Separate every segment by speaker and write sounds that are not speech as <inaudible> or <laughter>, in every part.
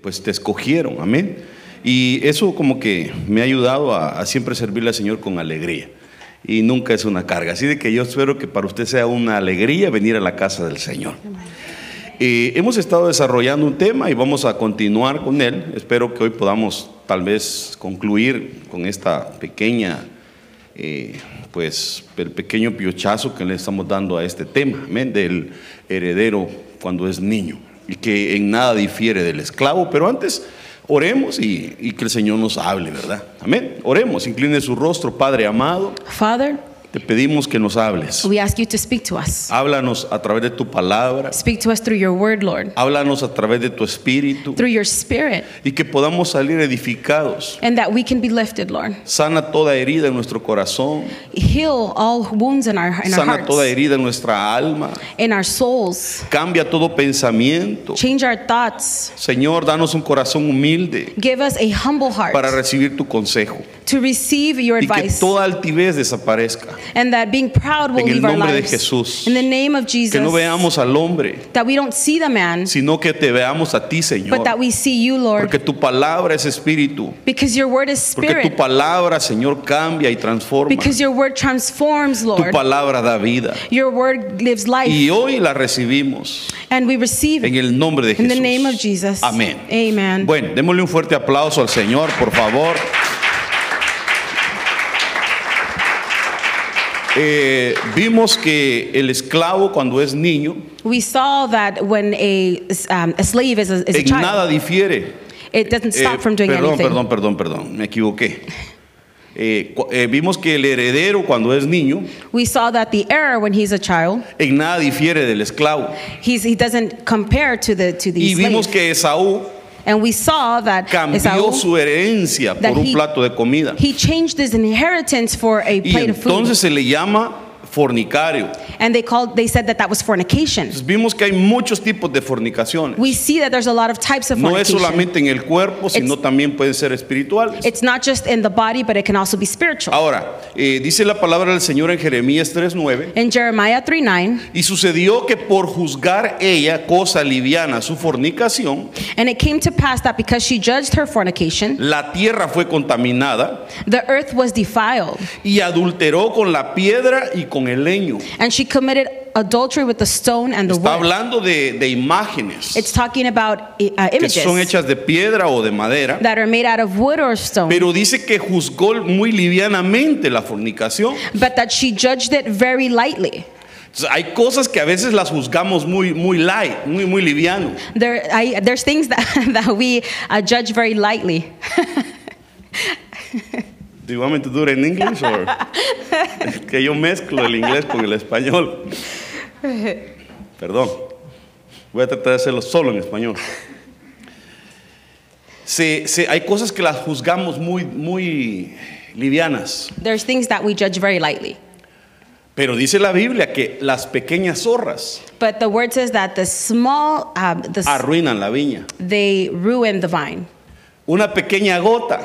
Speaker 1: pues te escogieron, amén. Y eso como que me ha ayudado a, a siempre servirle al Señor con alegría. Y nunca es una carga. Así de que yo espero que para usted sea una alegría venir a la casa del Señor. Eh, hemos estado desarrollando un tema y vamos a continuar con él. Espero que hoy podamos tal vez concluir con esta pequeña, eh, pues el pequeño piochazo que le estamos dando a este tema, amén, del heredero cuando es niño y que en nada difiere del esclavo. Pero antes oremos y, y que el Señor nos hable, ¿verdad? Amén. Oremos, incline su rostro, Padre amado.
Speaker 2: Father,
Speaker 1: Te pedimos que nos hables.
Speaker 2: we ask you to speak to us.
Speaker 1: Háblanos a través de tu palabra.
Speaker 2: Speak to us through your word, Lord,
Speaker 1: Háblanos a través de tu espíritu
Speaker 2: through your spirit,
Speaker 1: y que podamos salir edificados.
Speaker 2: and that we can be lifted, Lord.
Speaker 1: Sana toda herida en nuestro corazón,
Speaker 2: Heal all wounds in our, in our
Speaker 1: sana toda
Speaker 2: hearts,
Speaker 1: herida en nuestra alma,
Speaker 2: in our souls.
Speaker 1: cambia todo pensamiento.
Speaker 2: Change our thoughts.
Speaker 1: Señor, danos un corazón humilde
Speaker 2: Give us a humble heart
Speaker 1: para recibir tu consejo
Speaker 2: to receive your
Speaker 1: y que
Speaker 2: advice,
Speaker 1: toda altivez desaparezca.
Speaker 2: and that being proud will
Speaker 1: En el
Speaker 2: leave our
Speaker 1: nombre de
Speaker 2: lives.
Speaker 1: Jesús.
Speaker 2: in the name of Jesus,
Speaker 1: Que no veamos al hombre,
Speaker 2: that we don't see the man,
Speaker 1: sino que te veamos a ti, Señor.
Speaker 2: but that we see you, Lord,
Speaker 1: Porque tu palabra es espíritu.
Speaker 2: because your word is
Speaker 1: Porque tu
Speaker 2: spirit,
Speaker 1: palabra, Señor, cambia y transforma.
Speaker 2: because your word transforms,
Speaker 1: Tu
Speaker 2: Lord.
Speaker 1: palabra da vida.
Speaker 2: Your word lives life,
Speaker 1: Y hoy la recibimos
Speaker 2: and we receive
Speaker 1: en
Speaker 2: it
Speaker 1: el nombre de
Speaker 2: in
Speaker 1: Jesús.
Speaker 2: the name of Jesus.
Speaker 1: Amén.
Speaker 2: Amen.
Speaker 1: Bueno, démosle un fuerte aplauso al Señor, por favor. Eh, vimos que el esclavo cuando es niño
Speaker 2: We saw that when a, um, a slave is a, is a
Speaker 1: en nada
Speaker 2: child,
Speaker 1: difiere.
Speaker 2: it doesn't
Speaker 1: Eh,
Speaker 2: stop from doing
Speaker 1: perdón,
Speaker 2: anything.
Speaker 1: perdón, perdón, perdón, me equivoqué. Eh, cu- eh, vimos que el heredero cuando es niño
Speaker 2: We saw that the heir, when he's a child,
Speaker 1: en nada difiere del esclavo.
Speaker 2: he's, he doesn't compare to the to the
Speaker 1: Y vimos
Speaker 2: slave.
Speaker 1: que Esaú
Speaker 2: And we saw that
Speaker 1: cambió
Speaker 2: Esau,
Speaker 1: su herencia por
Speaker 2: that
Speaker 1: un
Speaker 2: he-
Speaker 1: plato de comida.
Speaker 2: he changed his inheritance for a
Speaker 1: Y
Speaker 2: plate of
Speaker 1: entonces
Speaker 2: food,
Speaker 1: se le llama fornicario.
Speaker 2: and they called they said that that was fornication.
Speaker 1: Entonces, vimos que hay muchos tipos de fornicaciones.
Speaker 2: We see that there's a lot of types of
Speaker 1: No es
Speaker 2: fornication.
Speaker 1: solamente en el cuerpo, sino también pueden ser espirituales.
Speaker 2: It's not just in the body, but it can also be spiritual.
Speaker 1: Ahora, eh, dice la palabra del Señor en Jeremías 3:9.
Speaker 2: In Jeremiah 3 9,
Speaker 1: Y sucedió que por juzgar ella cosa liviana su fornicación,
Speaker 2: and it came to pass that because she judged her fornication,
Speaker 1: la tierra fue contaminada
Speaker 2: the earth was defiled,
Speaker 1: y adulteró con la piedra y con el leño.
Speaker 2: and she committed adultery with the stone and the
Speaker 1: Está
Speaker 2: wood.
Speaker 1: hablando de, de
Speaker 2: It's
Speaker 1: imágenes
Speaker 2: talking about uh,
Speaker 1: que son
Speaker 2: images
Speaker 1: hechas de piedra o de madera.
Speaker 2: that are made out of wood or stone.
Speaker 1: Pero dice que juzgó muy livianamente la fornicación.
Speaker 2: but that she judged it very lightly.
Speaker 1: Entonces, hay cosas que a veces las juzgamos muy, muy light, muy, muy liviano.
Speaker 2: There, I, there's things that, <laughs> that we uh, judge very lightly. <laughs>
Speaker 1: Do you want me to do it in English or- Es que yo mezclo el inglés con el español. Perdón. Voy a tratar de hacerlo solo en español. Se- se- hay cosas que las juzgamos muy, muy livianas.
Speaker 2: There's things that we judge very lightly.
Speaker 1: Pero dice la Biblia que las pequeñas zorras
Speaker 2: But the word says that the small, um, the, s-
Speaker 1: arruinan la viña.
Speaker 2: they ruin the vine.
Speaker 1: Una pequeña gota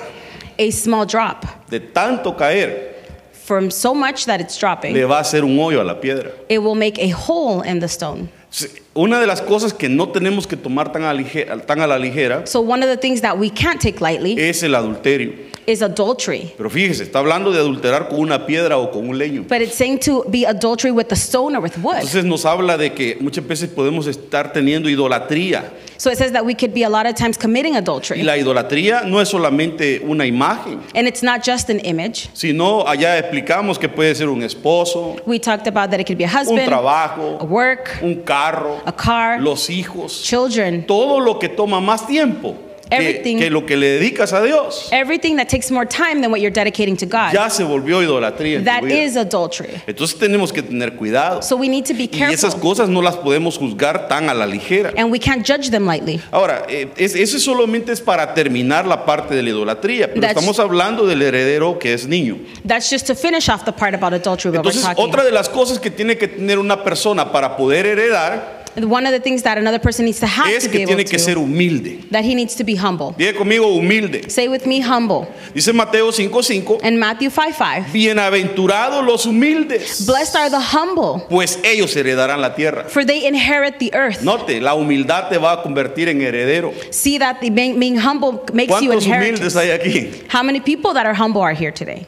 Speaker 2: A small drop
Speaker 1: de tanto caer
Speaker 2: from so much that it's
Speaker 1: le
Speaker 2: dropping,
Speaker 1: va a hacer un hoyo a la piedra.
Speaker 2: it will make a hole in the stone.
Speaker 1: Sí, Una de las cosas que no tenemos que tomar tan a, lige- tan a la ligera
Speaker 2: So one of the things that we can't take lightly
Speaker 1: es el adulterio.
Speaker 2: is adultery.
Speaker 1: Pero fíjese, está hablando de adulterar con una piedra o con un leño.
Speaker 2: But it's saying to be adultery with the stone or with wood.
Speaker 1: Entonces nos habla de que muchas veces podemos estar teniendo idolatría.
Speaker 2: So it says that we could be a lot of times committing
Speaker 1: Y
Speaker 2: adultery.
Speaker 1: la idolatría no es solamente una imagen,
Speaker 2: And it's not just an image.
Speaker 1: sino allá explicamos que puede ser un esposo,
Speaker 2: We talked about that it could be a
Speaker 1: un
Speaker 2: husband, a
Speaker 1: trabajo,
Speaker 2: work,
Speaker 1: un carro,
Speaker 2: a car,
Speaker 1: los hijos,
Speaker 2: children,
Speaker 1: todo lo que toma más tiempo que,
Speaker 2: Everything.
Speaker 1: que lo que le dedicas a Dios.
Speaker 2: everything that takes more time than what you're dedicating to God.
Speaker 1: Ya se volvió idolatría. en tu
Speaker 2: That
Speaker 1: vida.
Speaker 2: is adultery.
Speaker 1: Entonces tenemos que tener cuidado.
Speaker 2: So we need to be
Speaker 1: Y esas
Speaker 2: careful
Speaker 1: cosas no las podemos juzgar tan a la ligera.
Speaker 2: and we can't judge them lightly.
Speaker 1: Ahora, eh, es- eso solamente es para terminar la parte de la idolatría, pero
Speaker 2: That's-
Speaker 1: estamos hablando del heredero que es niño.
Speaker 2: That's just to finish off the part about adultery what we're
Speaker 1: Entonces,
Speaker 2: talking
Speaker 1: otra de las cosas que tiene que tener una persona para poder heredar
Speaker 2: One of the things that another person needs to have
Speaker 1: es
Speaker 2: to be
Speaker 1: que
Speaker 2: able
Speaker 1: tiene que
Speaker 2: to,
Speaker 1: ser humilde.
Speaker 2: that he needs to be humble.
Speaker 1: Diga conmigo, humilde.
Speaker 2: Say with me, humble.
Speaker 1: Dice Mateo 5:5,
Speaker 2: And Matthew 5 5.
Speaker 1: bienaventurados los humildes,
Speaker 2: Blessed are the humble,
Speaker 1: pues ellos heredarán la tierra.
Speaker 2: for they inherit the earth.
Speaker 1: Note, la humildad te va a convertir en heredero.
Speaker 2: See that the being, being humble makes you
Speaker 1: ¿Cuántos
Speaker 2: inherit.
Speaker 1: humildes hay aquí?
Speaker 2: How many people that are humble are here today?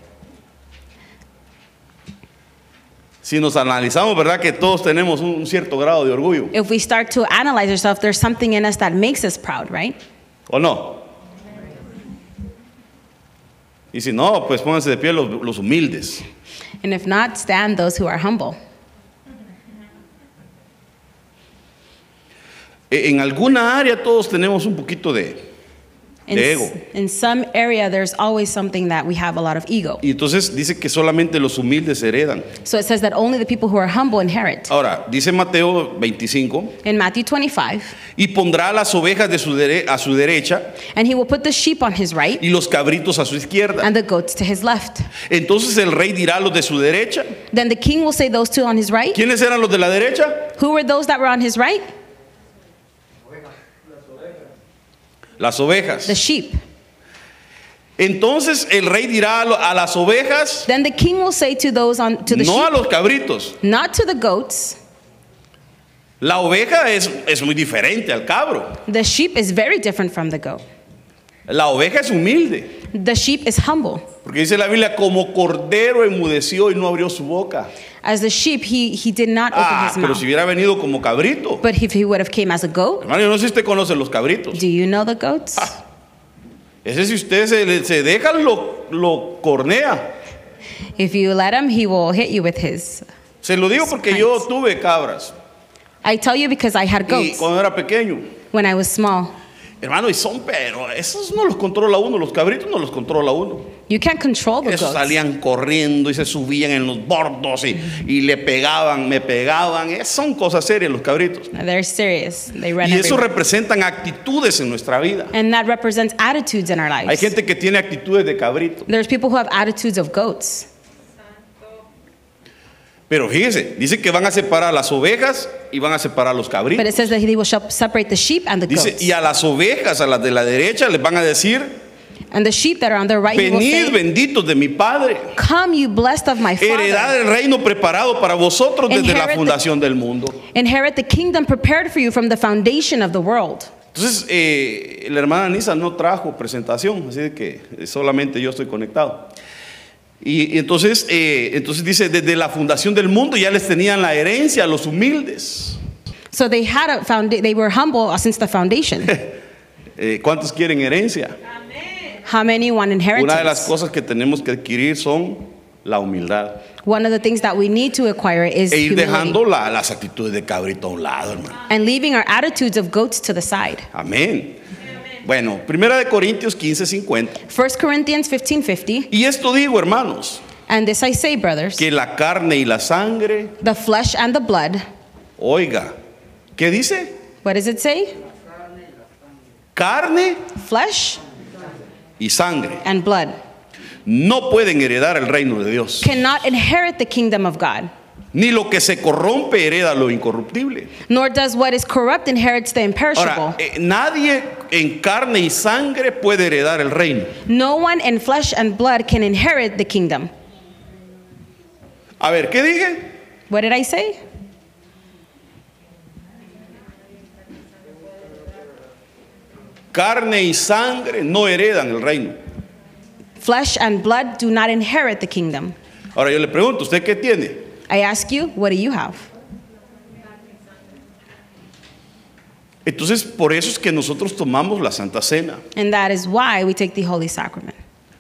Speaker 1: Si nos analizamos, ¿verdad? Que todos tenemos un cierto grado de orgullo,
Speaker 2: If we start to analyze ourselves, there's something in us that makes us proud, right?
Speaker 1: ¿o no? Y si no, pues pónganse de pie los, los humildes.
Speaker 2: And if not, stand those who are humble.
Speaker 1: E- En alguna área todos tenemos un poquito de...
Speaker 2: In,
Speaker 1: De ego.
Speaker 2: in some area, there's always something that we have a lot of ego.
Speaker 1: Y entonces dice que solamente los humildes heredan.
Speaker 2: So it says that only the people who are humble inherit.
Speaker 1: Ahora, dice Mateo 25,
Speaker 2: In Matthew 25,
Speaker 1: y pondrá las ovejas de su dere- a su derecha
Speaker 2: and he will put the sheep on his right
Speaker 1: y los cabritos a su izquierda.
Speaker 2: and the goats to his left.
Speaker 1: Entonces el rey dirá a los de su derecha.
Speaker 2: Then the king will say those two on his right.
Speaker 1: ¿Quiénes eran los de la derecha?
Speaker 2: Who were those that were on his right?
Speaker 1: Las
Speaker 2: The
Speaker 1: ovejas.
Speaker 2: sheep.
Speaker 1: Entonces el rey dirá a, lo- a las ovejas,
Speaker 2: Then the king will say to those on to the
Speaker 1: no a
Speaker 2: sheep,
Speaker 1: los cabritos.
Speaker 2: not to the goats.
Speaker 1: La oveja es, es muy diferente al cabro.
Speaker 2: The sheep is very different from the goat.
Speaker 1: La oveja es humilde.
Speaker 2: The sheep is humble.
Speaker 1: Porque dice la Biblia, como cordero enmudeció y no abrió su boca.
Speaker 2: As the sheep, he, he did not open
Speaker 1: Ah,
Speaker 2: his
Speaker 1: pero
Speaker 2: mouth.
Speaker 1: si hubiera venido como cabrito.
Speaker 2: But if he would have came as a goat,
Speaker 1: Hermano, yo no sé si usted conoce los cabritos.
Speaker 2: do you know the goats?
Speaker 1: Ah. Ese si usted se, le- se deja lo, lo cornea.
Speaker 2: If you let him, he will hit you with his.
Speaker 1: Se lo digo porque yo tuve cabras.
Speaker 2: I tell you because I had
Speaker 1: Y
Speaker 2: goats
Speaker 1: cuando era pequeño.
Speaker 2: when I was small.
Speaker 1: Hermano, y son, pero esos no los controla uno, los cabritos no los controla uno.
Speaker 2: You can't control the
Speaker 1: Esos
Speaker 2: goats.
Speaker 1: salían corriendo y se subían en los bordos y, y le pegaban, me pegaban. Es- son cosas serias los cabritos.
Speaker 2: They're serious. They run
Speaker 1: Y eso
Speaker 2: everywhere.
Speaker 1: representan actitudes en nuestra vida.
Speaker 2: And that represents attitudes in our
Speaker 1: Hay
Speaker 2: lives.
Speaker 1: gente que tiene actitudes de cabrito.
Speaker 2: There's people who have attitudes of goats.
Speaker 1: Pero fíjese, dice que van a separar las ovejas y van a separar los
Speaker 2: But
Speaker 1: cabritos.
Speaker 2: it says that he will shep- separate the sheep and the
Speaker 1: Dice,
Speaker 2: goats.
Speaker 1: y a las ovejas, a las de la derecha, les van a decir,
Speaker 2: And the sheep that are on their right, he will
Speaker 1: Venid
Speaker 2: say,
Speaker 1: benditos de mi Padre,
Speaker 2: Come, you blessed of my
Speaker 1: heredad
Speaker 2: father.
Speaker 1: el reino preparado para vosotros desde la
Speaker 2: Inherit the-
Speaker 1: fundación del mundo.
Speaker 2: Inherit the kingdom prepared for you from the foundation of the world.
Speaker 1: Entonces, eh, la hermana Anisa no trajo presentación, así de que solamente yo estoy conectado. Y, y entonces, eh, entonces dice, desde la fundación del mundo ya les tenían la herencia a los humildes.
Speaker 2: So they had a founda- they were humble since the foundation.
Speaker 1: <laughs> Eh, ¿Cuántos quieren herencia?
Speaker 2: How many want inheritance?
Speaker 1: Una de las cosas que tenemos que adquirir son la humildad
Speaker 2: One of the things that we need to acquire is
Speaker 1: e ir
Speaker 2: humility.
Speaker 1: dejando la- las actitudes de cabrito a un lado, hermano.
Speaker 2: and leaving our attitudes of goats to the side.
Speaker 1: Amén. Bueno, primera de Corintios 15, 50.
Speaker 2: 1 Corinthians 15:50,
Speaker 1: Y esto digo, hermanos,
Speaker 2: and this I say, brothers,
Speaker 1: que la carne y la sangre,
Speaker 2: the flesh and the blood,
Speaker 1: oiga, ¿qué dice?
Speaker 2: what does it say?
Speaker 1: Carne
Speaker 2: Flesh
Speaker 1: y sangre
Speaker 2: and blood
Speaker 1: no pueden heredar el reino de Dios.
Speaker 2: cannot inherit the kingdom of God.
Speaker 1: Ni lo que se corrompe hereda lo incorruptible.
Speaker 2: Nor does what is corrupt inherits the
Speaker 1: Ahora,
Speaker 2: imperishable.
Speaker 1: eh, nadie en carne y sangre puede heredar el reino.
Speaker 2: no one in flesh and blood can inherit the kingdom.
Speaker 1: A ver, ¿qué dije?
Speaker 2: What did I say?
Speaker 1: Carne y sangre no heredan el reino.
Speaker 2: Flesh and blood do not inherit the kingdom.
Speaker 1: Ahora yo le pregunto, ¿usted qué tiene?
Speaker 2: I ask you, what do you have?
Speaker 1: Entonces, por eso es que nosotros tomamos la Santa Cena.
Speaker 2: And that is why we take the Holy Sacrament.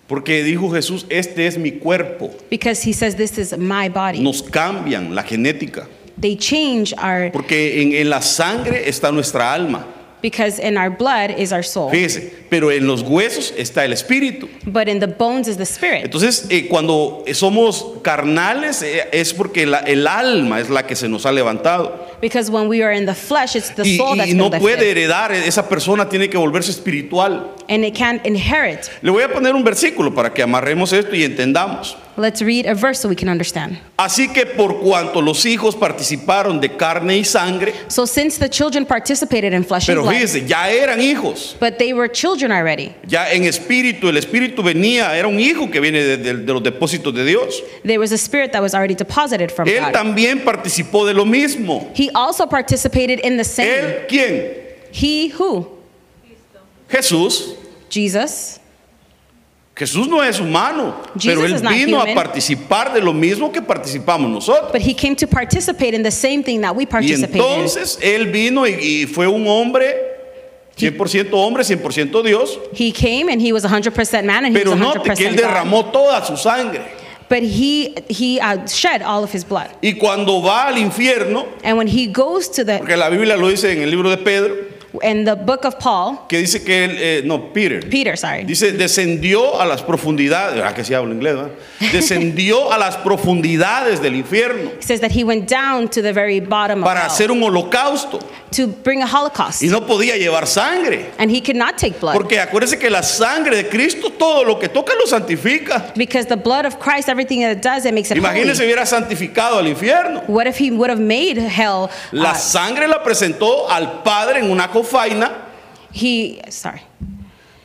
Speaker 1: Porque dijo Jesús, este es mi cuerpo.
Speaker 2: Because he says, This is my body.
Speaker 1: Nos cambian la genética.
Speaker 2: They change our,
Speaker 1: Porque en, en la sangre está nuestra alma.
Speaker 2: because in our blood is our soul,
Speaker 1: Fíjese, pero en los huesos está el espíritu.
Speaker 2: but in the bones is the spirit.
Speaker 1: Entonces, eh, cuando somos carnales, eh, es porque la- el alma es la que se nos ha levantado.
Speaker 2: Because when we are in the flesh, it's the
Speaker 1: Y,
Speaker 2: soul
Speaker 1: y
Speaker 2: that's
Speaker 1: no
Speaker 2: been
Speaker 1: puede eh,
Speaker 2: lifted.
Speaker 1: heredar, esa persona tiene que volverse espiritual.
Speaker 2: and it can't inherit.
Speaker 1: Le voy a poner un versículo para que amarremos esto y entendamos.
Speaker 2: Let's read a verse so we can understand.
Speaker 1: Así que por cuanto los hijos participaron de carne y sangre,
Speaker 2: So since the children participated in flesh
Speaker 1: pero
Speaker 2: and blood,
Speaker 1: fíjese, ya eran hijos.
Speaker 2: but they were children already.
Speaker 1: Ya en espíritu, el espíritu venía, era un hijo que viene de, de- de los depósitos de Dios.
Speaker 2: There was a spirit that was already deposited from
Speaker 1: Él
Speaker 2: God.
Speaker 1: también participó de lo mismo.
Speaker 2: He also participated in the same.
Speaker 1: Él, ¿quién?
Speaker 2: He who?
Speaker 1: Jesús.
Speaker 2: Jesus.
Speaker 1: Jesús no es humano, pero
Speaker 2: Jesus
Speaker 1: él
Speaker 2: is not
Speaker 1: vino a
Speaker 2: human.
Speaker 1: participar de lo mismo que participamos nosotros.
Speaker 2: But he came to participate in the same thing that we
Speaker 1: Y
Speaker 2: participated
Speaker 1: entonces él vino y, y fue un hombre, 100% hombre, 100% Dios,
Speaker 2: in. He came and he was 100% man and he
Speaker 1: pero
Speaker 2: was
Speaker 1: note que él
Speaker 2: 100% God.
Speaker 1: derramó toda su sangre.
Speaker 2: But he he uh, shed all of his blood.
Speaker 1: Y cuando va al infierno,
Speaker 2: And when he goes to the
Speaker 1: porque la Biblia lo dice en el libro de Pedro,
Speaker 2: in the book of Paul,
Speaker 1: que dice que él, eh, no, Peter,
Speaker 2: Peter, sorry.
Speaker 1: dice, descendió a las profundidades, ah, que sí hablo inglés,
Speaker 2: <laughs>
Speaker 1: ¿verdad? descendió a las profundidades del infierno
Speaker 2: He says that he went down to the very bottom of
Speaker 1: para
Speaker 2: hell
Speaker 1: hacer un holocausto
Speaker 2: to bring a holocaust.
Speaker 1: y no podía llevar sangre.
Speaker 2: and he could not take blood.
Speaker 1: Porque acuérdense que la sangre de Cristo todo lo que toca lo santifica.
Speaker 2: because the blood of Christ, everything that it does, it makes it
Speaker 1: Imagínense
Speaker 2: holy.
Speaker 1: hubiera santificado al infierno.
Speaker 2: What if he would have made hell?
Speaker 1: La
Speaker 2: uh,
Speaker 1: sangre la presentó al Padre en una cofaina
Speaker 2: he sorry.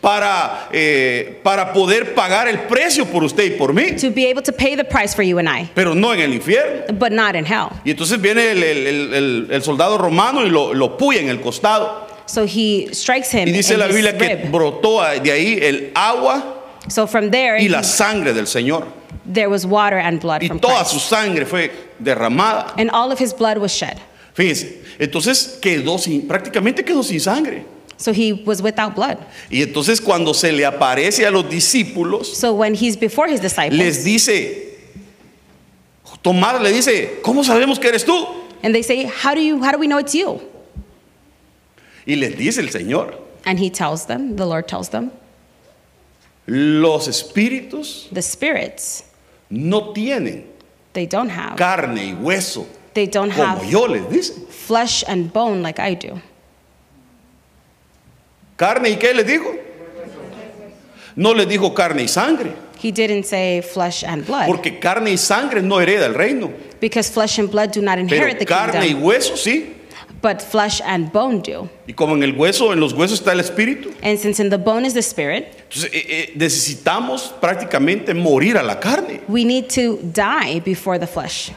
Speaker 1: para, eh, para poder pagar el precio por usted y por mí,
Speaker 2: to be able to pay the price for you and I,
Speaker 1: pero no en el infierno.
Speaker 2: but not in hell.
Speaker 1: Y entonces viene el, el- el- el- el soldado romano y lo, lo puya en el costado.
Speaker 2: So he strikes him
Speaker 1: Y dice
Speaker 2: in
Speaker 1: la
Speaker 2: his
Speaker 1: Biblia que
Speaker 2: rib.
Speaker 1: brotó a- de ahí el agua
Speaker 2: So from there,
Speaker 1: y la
Speaker 2: he-
Speaker 1: sangre del Señor.
Speaker 2: there was water and blood
Speaker 1: Y
Speaker 2: from
Speaker 1: toda
Speaker 2: Christ.
Speaker 1: su sangre fue derramada.
Speaker 2: and all of his blood was shed.
Speaker 1: Fíjense, entonces quedó sin, prácticamente quedó sin sangre.
Speaker 2: So he was without blood.
Speaker 1: Y entonces cuando se le aparece a los discípulos,
Speaker 2: So when he's before his disciples,
Speaker 1: les dice, Tomás le dice, ¿cómo sabemos que eres tú?
Speaker 2: and they say, "How do you? How do we know it's you?"
Speaker 1: Y les dice el Señor,
Speaker 2: And he tells them, the Lord tells them,
Speaker 1: los espíritus
Speaker 2: the spirits
Speaker 1: no tienen
Speaker 2: they don't have,
Speaker 1: carne y hueso
Speaker 2: they don't
Speaker 1: como
Speaker 2: have
Speaker 1: yo les dice.
Speaker 2: flesh and bone like I do.
Speaker 1: ¿Carne y qué les dijo? No les dijo carne y sangre,
Speaker 2: He didn't say flesh and blood
Speaker 1: porque carne y sangre no hereda el reino,
Speaker 2: because flesh and blood do not
Speaker 1: pero
Speaker 2: inherit the
Speaker 1: carne y
Speaker 2: kingdom,
Speaker 1: hueso sí.
Speaker 2: but flesh and bone do.
Speaker 1: Y como en el hueso, en los huesos está el espíritu.
Speaker 2: And since in the bone is the spirit,
Speaker 1: Entonces eh, eh, necesitamos prácticamente morir a la carne.
Speaker 2: we need to die before the flesh.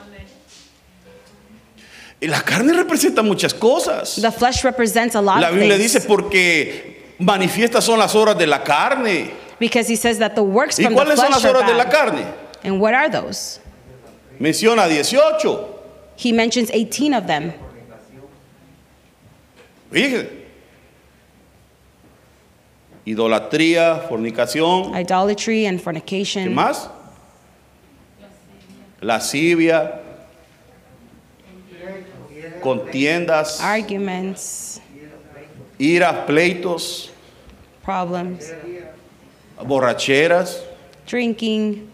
Speaker 1: Y Eh, la carne representa muchas cosas.
Speaker 2: The flesh represents a lot
Speaker 1: La
Speaker 2: of
Speaker 1: Biblia
Speaker 2: things
Speaker 1: dice porque manifiestas son las obras de la carne.
Speaker 2: because he says that the works
Speaker 1: ¿Y
Speaker 2: from the
Speaker 1: cuáles son
Speaker 2: flesh
Speaker 1: las
Speaker 2: are
Speaker 1: obras de la
Speaker 2: bad.
Speaker 1: carne?
Speaker 2: And what are those?
Speaker 1: Menciona 18.
Speaker 2: He mentions 18 of them.
Speaker 1: Fíjense. Idolatría, fornicación,
Speaker 2: Idolatry and
Speaker 1: ¿qué
Speaker 2: fornication,
Speaker 1: más? Lascivia, contiendas,
Speaker 2: arguments,
Speaker 1: iras, pleitos,
Speaker 2: problems,
Speaker 1: borracheras.
Speaker 2: drinking,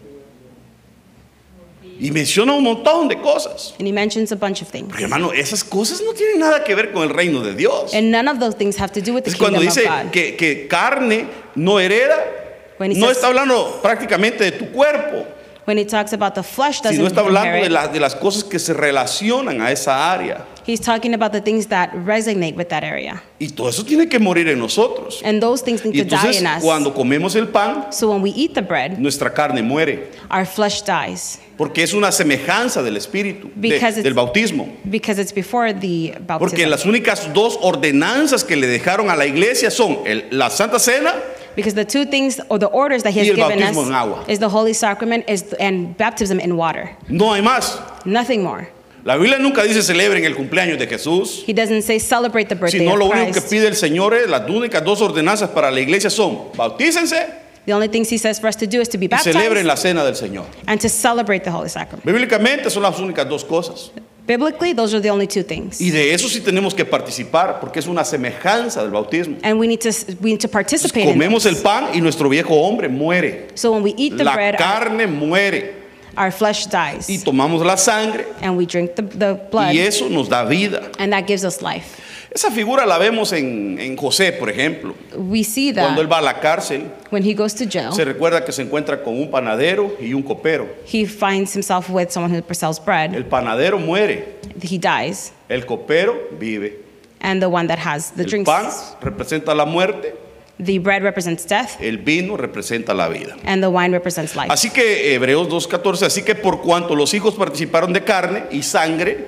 Speaker 1: Y menciona un montón de cosas.
Speaker 2: and he mentions a bunch of things.
Speaker 1: Porque hermano, esas cosas no tienen nada que ver con el reino de Dios.
Speaker 2: And none of those things have to do with the
Speaker 1: Es cuando
Speaker 2: kingdom of
Speaker 1: dice
Speaker 2: God.
Speaker 1: que, que carne no hereda,
Speaker 2: When he
Speaker 1: no
Speaker 2: says-
Speaker 1: está hablando prácticamente de tu cuerpo,
Speaker 2: When he talks about the flesh
Speaker 1: sino
Speaker 2: doesn't
Speaker 1: está hablando de,
Speaker 2: inherit,
Speaker 1: la- de las cosas que se relacionan a esa área.
Speaker 2: he's talking about the things that resonate with that area.
Speaker 1: Y todo eso tiene que morir en nosotros.
Speaker 2: And those things need
Speaker 1: Y
Speaker 2: to die
Speaker 1: entonces
Speaker 2: in us.
Speaker 1: cuando comemos el pan,
Speaker 2: So when we eat the bread,
Speaker 1: nuestra carne muere,
Speaker 2: our flesh dies
Speaker 1: porque es una semejanza del espíritu, de-
Speaker 2: Because it's-
Speaker 1: del bautismo.
Speaker 2: because it's before the
Speaker 1: Porque
Speaker 2: baptism.
Speaker 1: las únicas dos ordenanzas que le dejaron a la iglesia son el- la Santa Cena
Speaker 2: because the two things or the orders that he
Speaker 1: Y
Speaker 2: has
Speaker 1: el
Speaker 2: given us
Speaker 1: bautismo en agua.
Speaker 2: is the holy sacrament is and baptism in water.
Speaker 1: No hay más.
Speaker 2: Nothing more.
Speaker 1: La Biblia nunca dice celebren el cumpleaños de Jesús.
Speaker 2: He doesn't say celebrate the birthday
Speaker 1: Sino
Speaker 2: of
Speaker 1: lo único que
Speaker 2: Christ.
Speaker 1: pide el Señor es las únicas dos ordenanzas para la iglesia son bautícense
Speaker 2: the only things he says for us to do is to be
Speaker 1: y
Speaker 2: baptized
Speaker 1: celebren la cena del Señor.
Speaker 2: and to celebrate the holy sacrament.
Speaker 1: Bíblicamente son las únicas dos cosas.
Speaker 2: Biblically, those are the only two things.
Speaker 1: Y de eso sí tenemos que participar porque es una semejanza del bautismo.
Speaker 2: and we need to we need to participate in
Speaker 1: Comemos el
Speaker 2: those.
Speaker 1: pan y nuestro viejo hombre muere.
Speaker 2: So when we eat the
Speaker 1: La
Speaker 2: bread, our,
Speaker 1: carne muere.
Speaker 2: our flesh
Speaker 1: Y
Speaker 2: dies
Speaker 1: tomamos la sangre
Speaker 2: and we drink the, the blood
Speaker 1: y eso nos da vida.
Speaker 2: and that gives us life.
Speaker 1: Esa figura la vemos en, en José, por ejemplo.
Speaker 2: We see
Speaker 1: Cuando él
Speaker 2: that
Speaker 1: va a la cárcel,
Speaker 2: when he goes to jail,
Speaker 1: se recuerda que se encuentra con un panadero y un copero.
Speaker 2: he finds himself with someone who sells bread.
Speaker 1: El panadero muere,
Speaker 2: He dies.
Speaker 1: el copero vive.
Speaker 2: And the one that has the
Speaker 1: El
Speaker 2: drinks,
Speaker 1: pan representa la muerte,
Speaker 2: the bread represents death,
Speaker 1: el vino representa la vida.
Speaker 2: and the wine represents life.
Speaker 1: Así que Hebreos 2.14, así que por cuanto los hijos participaron de carne y sangre,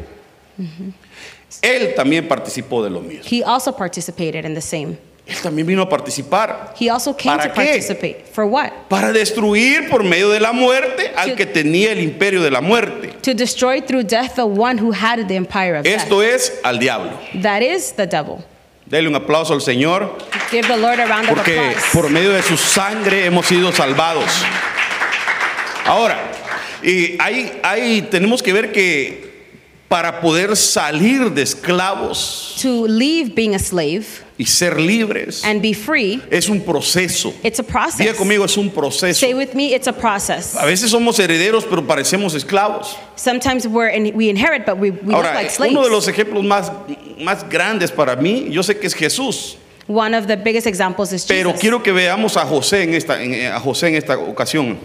Speaker 1: él también participó de lo mismo.
Speaker 2: He also participated in the same.
Speaker 1: Él también vino a participar
Speaker 2: He also came
Speaker 1: ¿Para
Speaker 2: to
Speaker 1: qué?
Speaker 2: participate. For what?
Speaker 1: para destruir por medio de la muerte al que tenía el imperio de la muerte.
Speaker 2: To destroy through death the one who had the empire of
Speaker 1: Esto es al diablo.
Speaker 2: death. That is the devil.
Speaker 1: Dele un aplauso al Señor
Speaker 2: Give the Lord a round of
Speaker 1: porque
Speaker 2: applause.
Speaker 1: por medio de su sangre hemos sido salvados. Ahora, y ahí, ahí tenemos que ver que para poder salir de esclavos
Speaker 2: to leave being a slave
Speaker 1: y ser libres
Speaker 2: and be free,
Speaker 1: es un proceso.
Speaker 2: it's a
Speaker 1: Diga
Speaker 2: process.
Speaker 1: conmigo, es un Ah. proceso.
Speaker 2: Stay with me, it's a process.
Speaker 1: A veces somos herederos, pero parecemos esclavos.
Speaker 2: Sometimes we're in, we inherit, but we, we look
Speaker 1: Ahora,
Speaker 2: like slaves.
Speaker 1: uno de los ejemplos más, más grandes para mí, yo sé que es Jesús,
Speaker 2: One of the biggest examples is
Speaker 1: pero
Speaker 2: Jesus.
Speaker 1: quiero que veamos a José en esta, en- a José en esta ocasión.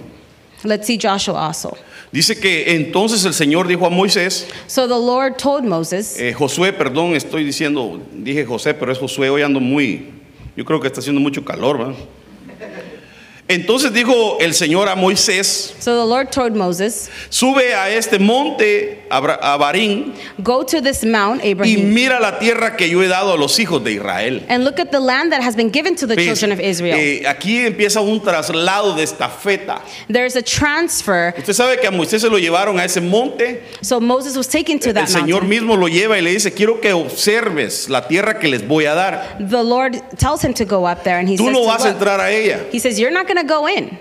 Speaker 2: Let's see Joshua also.
Speaker 1: Dice que entonces el Señor dijo a Moisés,
Speaker 2: So the Lord told Moses,
Speaker 1: eh, Josué, perdón, estoy diciendo, dije José, pero es Josué, hoy ando muy, yo creo que está haciendo mucho calor, ¿verdad? Entonces dijo el Señor a Moisés,
Speaker 2: so the Lord told Moses,
Speaker 1: sube a este monte, Abra- a Barín,
Speaker 2: go to this mount,
Speaker 1: y
Speaker 2: Abraham,
Speaker 1: mira la tierra que yo he dado a los hijos de Israel.
Speaker 2: and look at the land that has been given to the
Speaker 1: Ves,
Speaker 2: children of Israel.
Speaker 1: eh, aquí empieza un traslado de estafeta.
Speaker 2: There's a transfer.
Speaker 1: Usted sabe que a Moisés se lo llevaron a ese monte.
Speaker 2: So Moses was taken to
Speaker 1: El
Speaker 2: that
Speaker 1: Señor
Speaker 2: mountain.
Speaker 1: mismo lo lleva y le dice, quiero que observes la tierra que les voy a dar.
Speaker 2: The Lord tells him to go up there, and he
Speaker 1: Tú
Speaker 2: says,
Speaker 1: no
Speaker 2: to
Speaker 1: vas a
Speaker 2: what?
Speaker 1: entrar a ella
Speaker 2: He says, You're not going to go in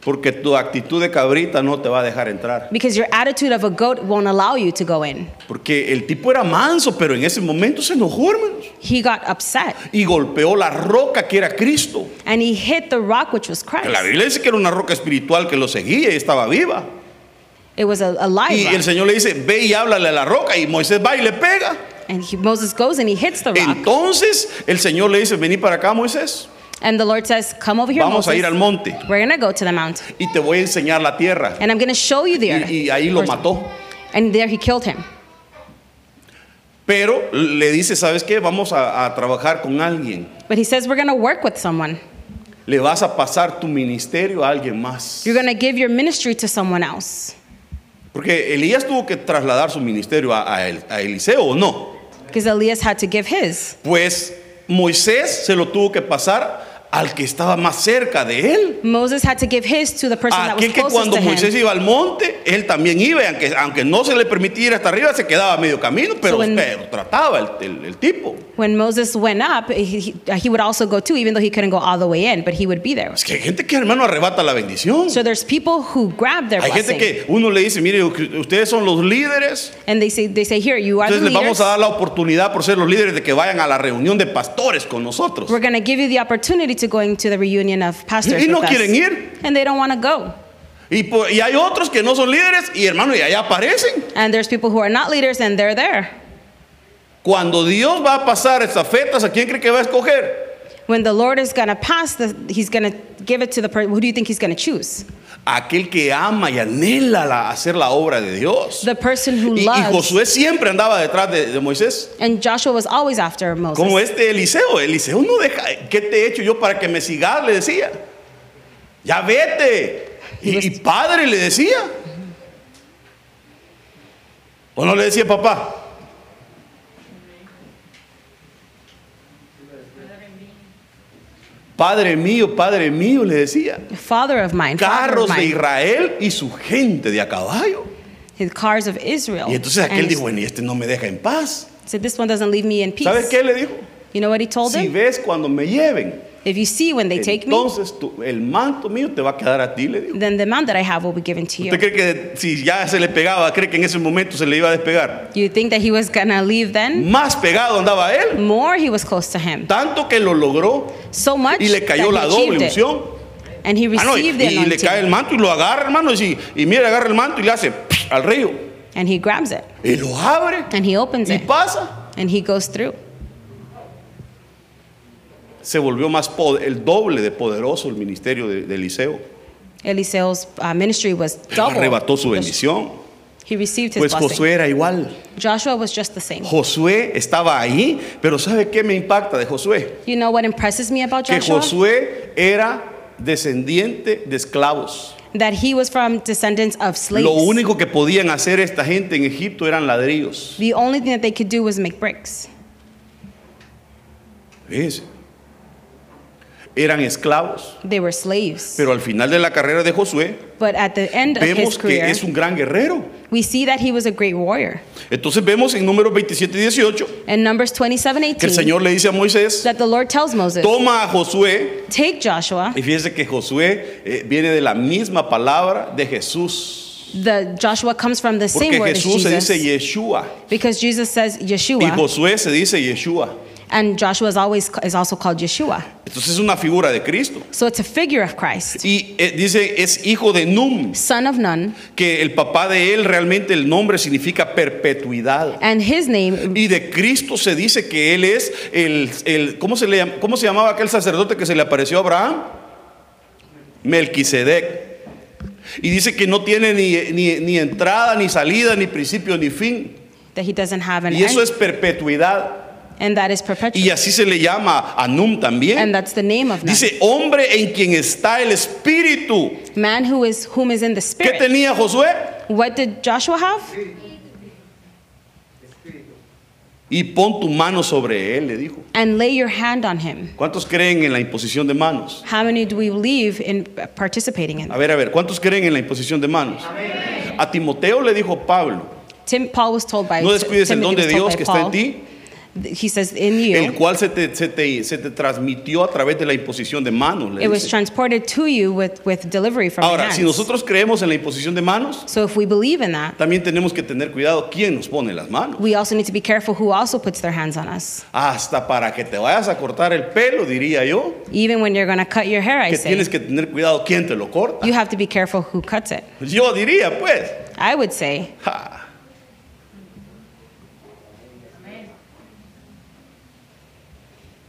Speaker 1: porque tu actitud de cabrita no te va a dejar entrar.
Speaker 2: because your attitude of a goat won't allow you to go in.
Speaker 1: Porque el tipo era manso, pero en ese momento se enojó, hermanos.
Speaker 2: He got upset
Speaker 1: Y golpeó la roca que era Cristo.
Speaker 2: and he hit the rock, which was
Speaker 1: La
Speaker 2: Christ.
Speaker 1: Biblia dice que era una roca espiritual que lo seguía y estaba viva.
Speaker 2: It was a, a live
Speaker 1: Y el
Speaker 2: rock.
Speaker 1: Señor le dice, ve y háblale a la roca. Y Moisés va y le pega.
Speaker 2: And he, Moses goes and he hits the rock.
Speaker 1: Entonces el Señor le dice, vení para acá, Moisés.
Speaker 2: And the Lord says, Come over here,
Speaker 1: Vamos a
Speaker 2: Moses.
Speaker 1: ir al monte
Speaker 2: We're going to go to the mountain.
Speaker 1: y te voy a enseñar la tierra.
Speaker 2: And I'm going to show you the earth.
Speaker 1: Y, y ahí lo
Speaker 2: First-
Speaker 1: mató.
Speaker 2: And there he killed him.
Speaker 1: Pero le dice, ¿sabes qué? Vamos a, a trabajar con alguien.
Speaker 2: But he says, We're going to work with someone.
Speaker 1: Le vas a pasar tu ministerio a alguien más.
Speaker 2: You're going to give your ministry to someone else.
Speaker 1: Porque Elías tuvo que trasladar su ministerio a, a El- a Eliseo, ¿o no?
Speaker 2: Because Elias had to give his.
Speaker 1: Pues Moisés se lo tuvo que pasar al que estaba más cerca de él.
Speaker 2: Moses had to give his to the person
Speaker 1: A
Speaker 2: that was
Speaker 1: aquel que
Speaker 2: closest
Speaker 1: cuando
Speaker 2: to
Speaker 1: Moisés
Speaker 2: him.
Speaker 1: iba al monte, él también iba, y aunque, aunque no se le permitiera ir hasta arriba, se quedaba a medio camino, pero,
Speaker 2: So when-
Speaker 1: pero trataba el, el- el tipo.
Speaker 2: When Moses went up, he, he, he would also go too, even though he couldn't go all the way in, but he would be there.
Speaker 1: Es que hay gente que hermano arrebata la bendición.
Speaker 2: So there's people who grab their
Speaker 1: Hay gente
Speaker 2: blessing
Speaker 1: que uno le dice, mire, ustedes son los líderes,
Speaker 2: and they say, they say, here, you are the
Speaker 1: entonces les
Speaker 2: leaders.
Speaker 1: vamos a dar la oportunidad por ser los líderes de que vayan a la reunión de pastores con nosotros.
Speaker 2: We're going to give you the opportunity to go into the reunion of pastors
Speaker 1: Y no
Speaker 2: with us."
Speaker 1: quieren ir.
Speaker 2: And they don't want to go.
Speaker 1: Y, por- y hay otros que no son líderes y hermano, y allá aparecen.
Speaker 2: And there's people who are not leaders and they're there.
Speaker 1: Cuando Dios va a pasar estafetas, ¿a quién cree que va a escoger?
Speaker 2: When the Lord is going to pass, the, he's going to give it to the person. Who do you think he's going to choose?
Speaker 1: A Aquel que ama y anhela la- hacer la obra de Dios.
Speaker 2: The person who
Speaker 1: Y, y
Speaker 2: loves.
Speaker 1: Josué siempre andaba detrás de, de Moisés.
Speaker 2: And Joshua was always after Moses.
Speaker 1: Como este Eliseo. Eliseo no deja. ¿Qué te he hecho yo para que me sigas? Le decía. Ya vete. Y, y padre le decía. O no le decía papá. Padre mío, padre mío, le decía.
Speaker 2: Father of mine. Father of
Speaker 1: Carros de
Speaker 2: mine.
Speaker 1: Israel y su gente de a caballo.
Speaker 2: His cars of Israel.
Speaker 1: Y entonces aquel
Speaker 2: And
Speaker 1: dijo, bueno, y este no me deja en paz.
Speaker 2: said, this one doesn't leave me in peace.
Speaker 1: ¿Sabes qué le dijo?
Speaker 2: You know what he told
Speaker 1: Si
Speaker 2: him?
Speaker 1: ves cuando me lleven,
Speaker 2: If you see when they take me,
Speaker 1: Entonces tú- el manto mío te va a quedar a ti, le digo.
Speaker 2: then the amount that I have will be given to
Speaker 1: ¿Usted
Speaker 2: you.
Speaker 1: cree que si ya se le pegaba, cree que en ese momento se le iba a despegar?
Speaker 2: You think that he was going to leave then?
Speaker 1: Más pegado andaba él,
Speaker 2: More he was close to him.
Speaker 1: tanto que lo logró
Speaker 2: So much
Speaker 1: y le cayó la
Speaker 2: that he
Speaker 1: doble
Speaker 2: achieved it.
Speaker 1: unción.
Speaker 2: And he
Speaker 1: Ah, no, y,
Speaker 2: received the
Speaker 1: y le cae el
Speaker 2: anointing.
Speaker 1: manto y lo agarra, hermano, y, si- y mira, agarra el manto y le hace al río.
Speaker 2: And he grabs it.
Speaker 1: Y lo abre
Speaker 2: And he opens
Speaker 1: y
Speaker 2: it.
Speaker 1: pasa.
Speaker 2: and he goes through.
Speaker 1: Se volvió más pod- el doble de poderoso el ministerio de, de Eliseo.
Speaker 2: Eliseo's uh, ministry was double.
Speaker 1: Arrebató su bendición.
Speaker 2: He received his
Speaker 1: Pues
Speaker 2: blessing.
Speaker 1: Josué era igual.
Speaker 2: Joshua was just the same.
Speaker 1: Josué estaba ahí, pero ¿sabe qué me impacta de Josué?
Speaker 2: You know what impresses me about
Speaker 1: Que
Speaker 2: Joshua?
Speaker 1: Josué era descendiente de esclavos.
Speaker 2: that he was from descendants of slaves.
Speaker 1: Lo único que podían hacer esta gente en Egipto eran ladrillos.
Speaker 2: the only thing that they could do was make bricks.
Speaker 1: Fíjese. Eran esclavos.
Speaker 2: They were slaves.
Speaker 1: Pero al final de la carrera de Josué,
Speaker 2: but at the end of his
Speaker 1: vemos
Speaker 2: career,
Speaker 1: que es un gran guerrero.
Speaker 2: we see that he was a great warrior.
Speaker 1: Entonces vemos en números 27 y 18
Speaker 2: In Numbers 27, 18,
Speaker 1: que el Señor le dice a Moisés,
Speaker 2: that the Lord tells Moses,
Speaker 1: toma a Josué.
Speaker 2: take Joshua.
Speaker 1: Y fíjese que Josué eh, viene de la misma palabra de Jesús.
Speaker 2: The Joshua comes from the
Speaker 1: Porque
Speaker 2: same word
Speaker 1: Jesús se
Speaker 2: as
Speaker 1: dice
Speaker 2: Jesus.
Speaker 1: Yeshua.
Speaker 2: Because Jesus says
Speaker 1: Y
Speaker 2: Yeshua,
Speaker 1: Josué se dice Yeshua.
Speaker 2: and Joshua is always is also called Yeshua.
Speaker 1: Entonces es una figura de Cristo.
Speaker 2: So it's a figure of Christ,
Speaker 1: Y eh, dice, es hijo de Num.
Speaker 2: son of none,
Speaker 1: que el papá de él realmente el nombre significa perpetuidad.
Speaker 2: and his name
Speaker 1: Y de Cristo se dice que él es el, el- ¿cómo, se le, llam- ¿cómo se llamaba aquel sacerdote que se le apareció a Abraham? Melquisedec. Y dice que no tiene ni, ni- ni entrada, ni salida, ni principio, ni fin.
Speaker 2: that he doesn't have an
Speaker 1: Y eso es
Speaker 2: end,
Speaker 1: perpetuidad.
Speaker 2: and that is perpetual,
Speaker 1: Y así se le llama a Num
Speaker 2: and
Speaker 1: también.
Speaker 2: that's the name of none.
Speaker 1: Dice, hombre en quien está el espíritu.
Speaker 2: Man who is whom is in
Speaker 1: ¿Qué
Speaker 2: the spirit.
Speaker 1: tenía Josué?
Speaker 2: What did Joshua have?
Speaker 1: Y pon tu mano sobre él, le dijo.
Speaker 2: And lay your hand on him.
Speaker 1: ¿Cuántos creen en la imposición de manos?
Speaker 2: How many do we believe in participating in?
Speaker 1: A ver, a ver, ¿cuántos creen en la imposición de manos? A Timoteo le dijo Pablo,
Speaker 2: Tim Paul was told by
Speaker 1: no descuides el
Speaker 2: Timothy
Speaker 1: don
Speaker 2: was
Speaker 1: de
Speaker 2: told
Speaker 1: Dios
Speaker 2: by
Speaker 1: que está en
Speaker 2: Paul,
Speaker 1: ti,
Speaker 2: He says in you.
Speaker 1: el cual se te, se te- se te transmitió a través de la imposición de manos. le
Speaker 2: It was
Speaker 1: dice.
Speaker 2: transported to you with, with delivery from
Speaker 1: Ahora,
Speaker 2: my
Speaker 1: si
Speaker 2: hands.
Speaker 1: nosotros creemos en la imposición de manos,
Speaker 2: so if we believe in that,
Speaker 1: también tenemos que tener cuidado quién nos pone las manos.
Speaker 2: we also need to be careful who also puts their hands on us.
Speaker 1: Hasta para que te vayas a cortar el pelo, diría yo,
Speaker 2: Even when you're going to cut your hair, I
Speaker 1: que
Speaker 2: say,
Speaker 1: tienes que tener cuidado quién te lo corta.
Speaker 2: you have to be careful who cuts it.
Speaker 1: Yo diría, pues.
Speaker 2: I would say,
Speaker 1: Ja.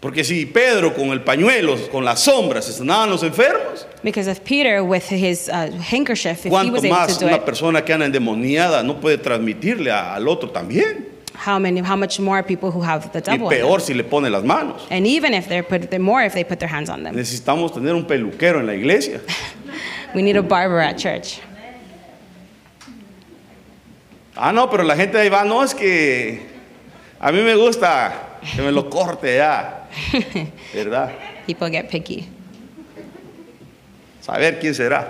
Speaker 1: Porque si Pedro con el pañuelo, con las sombras, se sanaban los enfermos,
Speaker 2: because if Peter with his uh, handkerchief, if he
Speaker 1: ¿cuánto
Speaker 2: was able to
Speaker 1: más
Speaker 2: do
Speaker 1: una
Speaker 2: it,
Speaker 1: persona que anda endemoniada no puede transmitirle a- al otro también?
Speaker 2: how many, how much more people who have the
Speaker 1: Y
Speaker 2: devil? in them?
Speaker 1: peor si le pone las manos.
Speaker 2: And even if they're put, they're more if they put their hands on them.
Speaker 1: Necesitamos tener un peluquero en la iglesia.
Speaker 2: We need a barber at church.
Speaker 1: Ah, no, pero la gente ahí va, no, es que a mí me gusta que me lo corte ya. ¿Verdad?
Speaker 2: People get picky.
Speaker 1: saber quién será.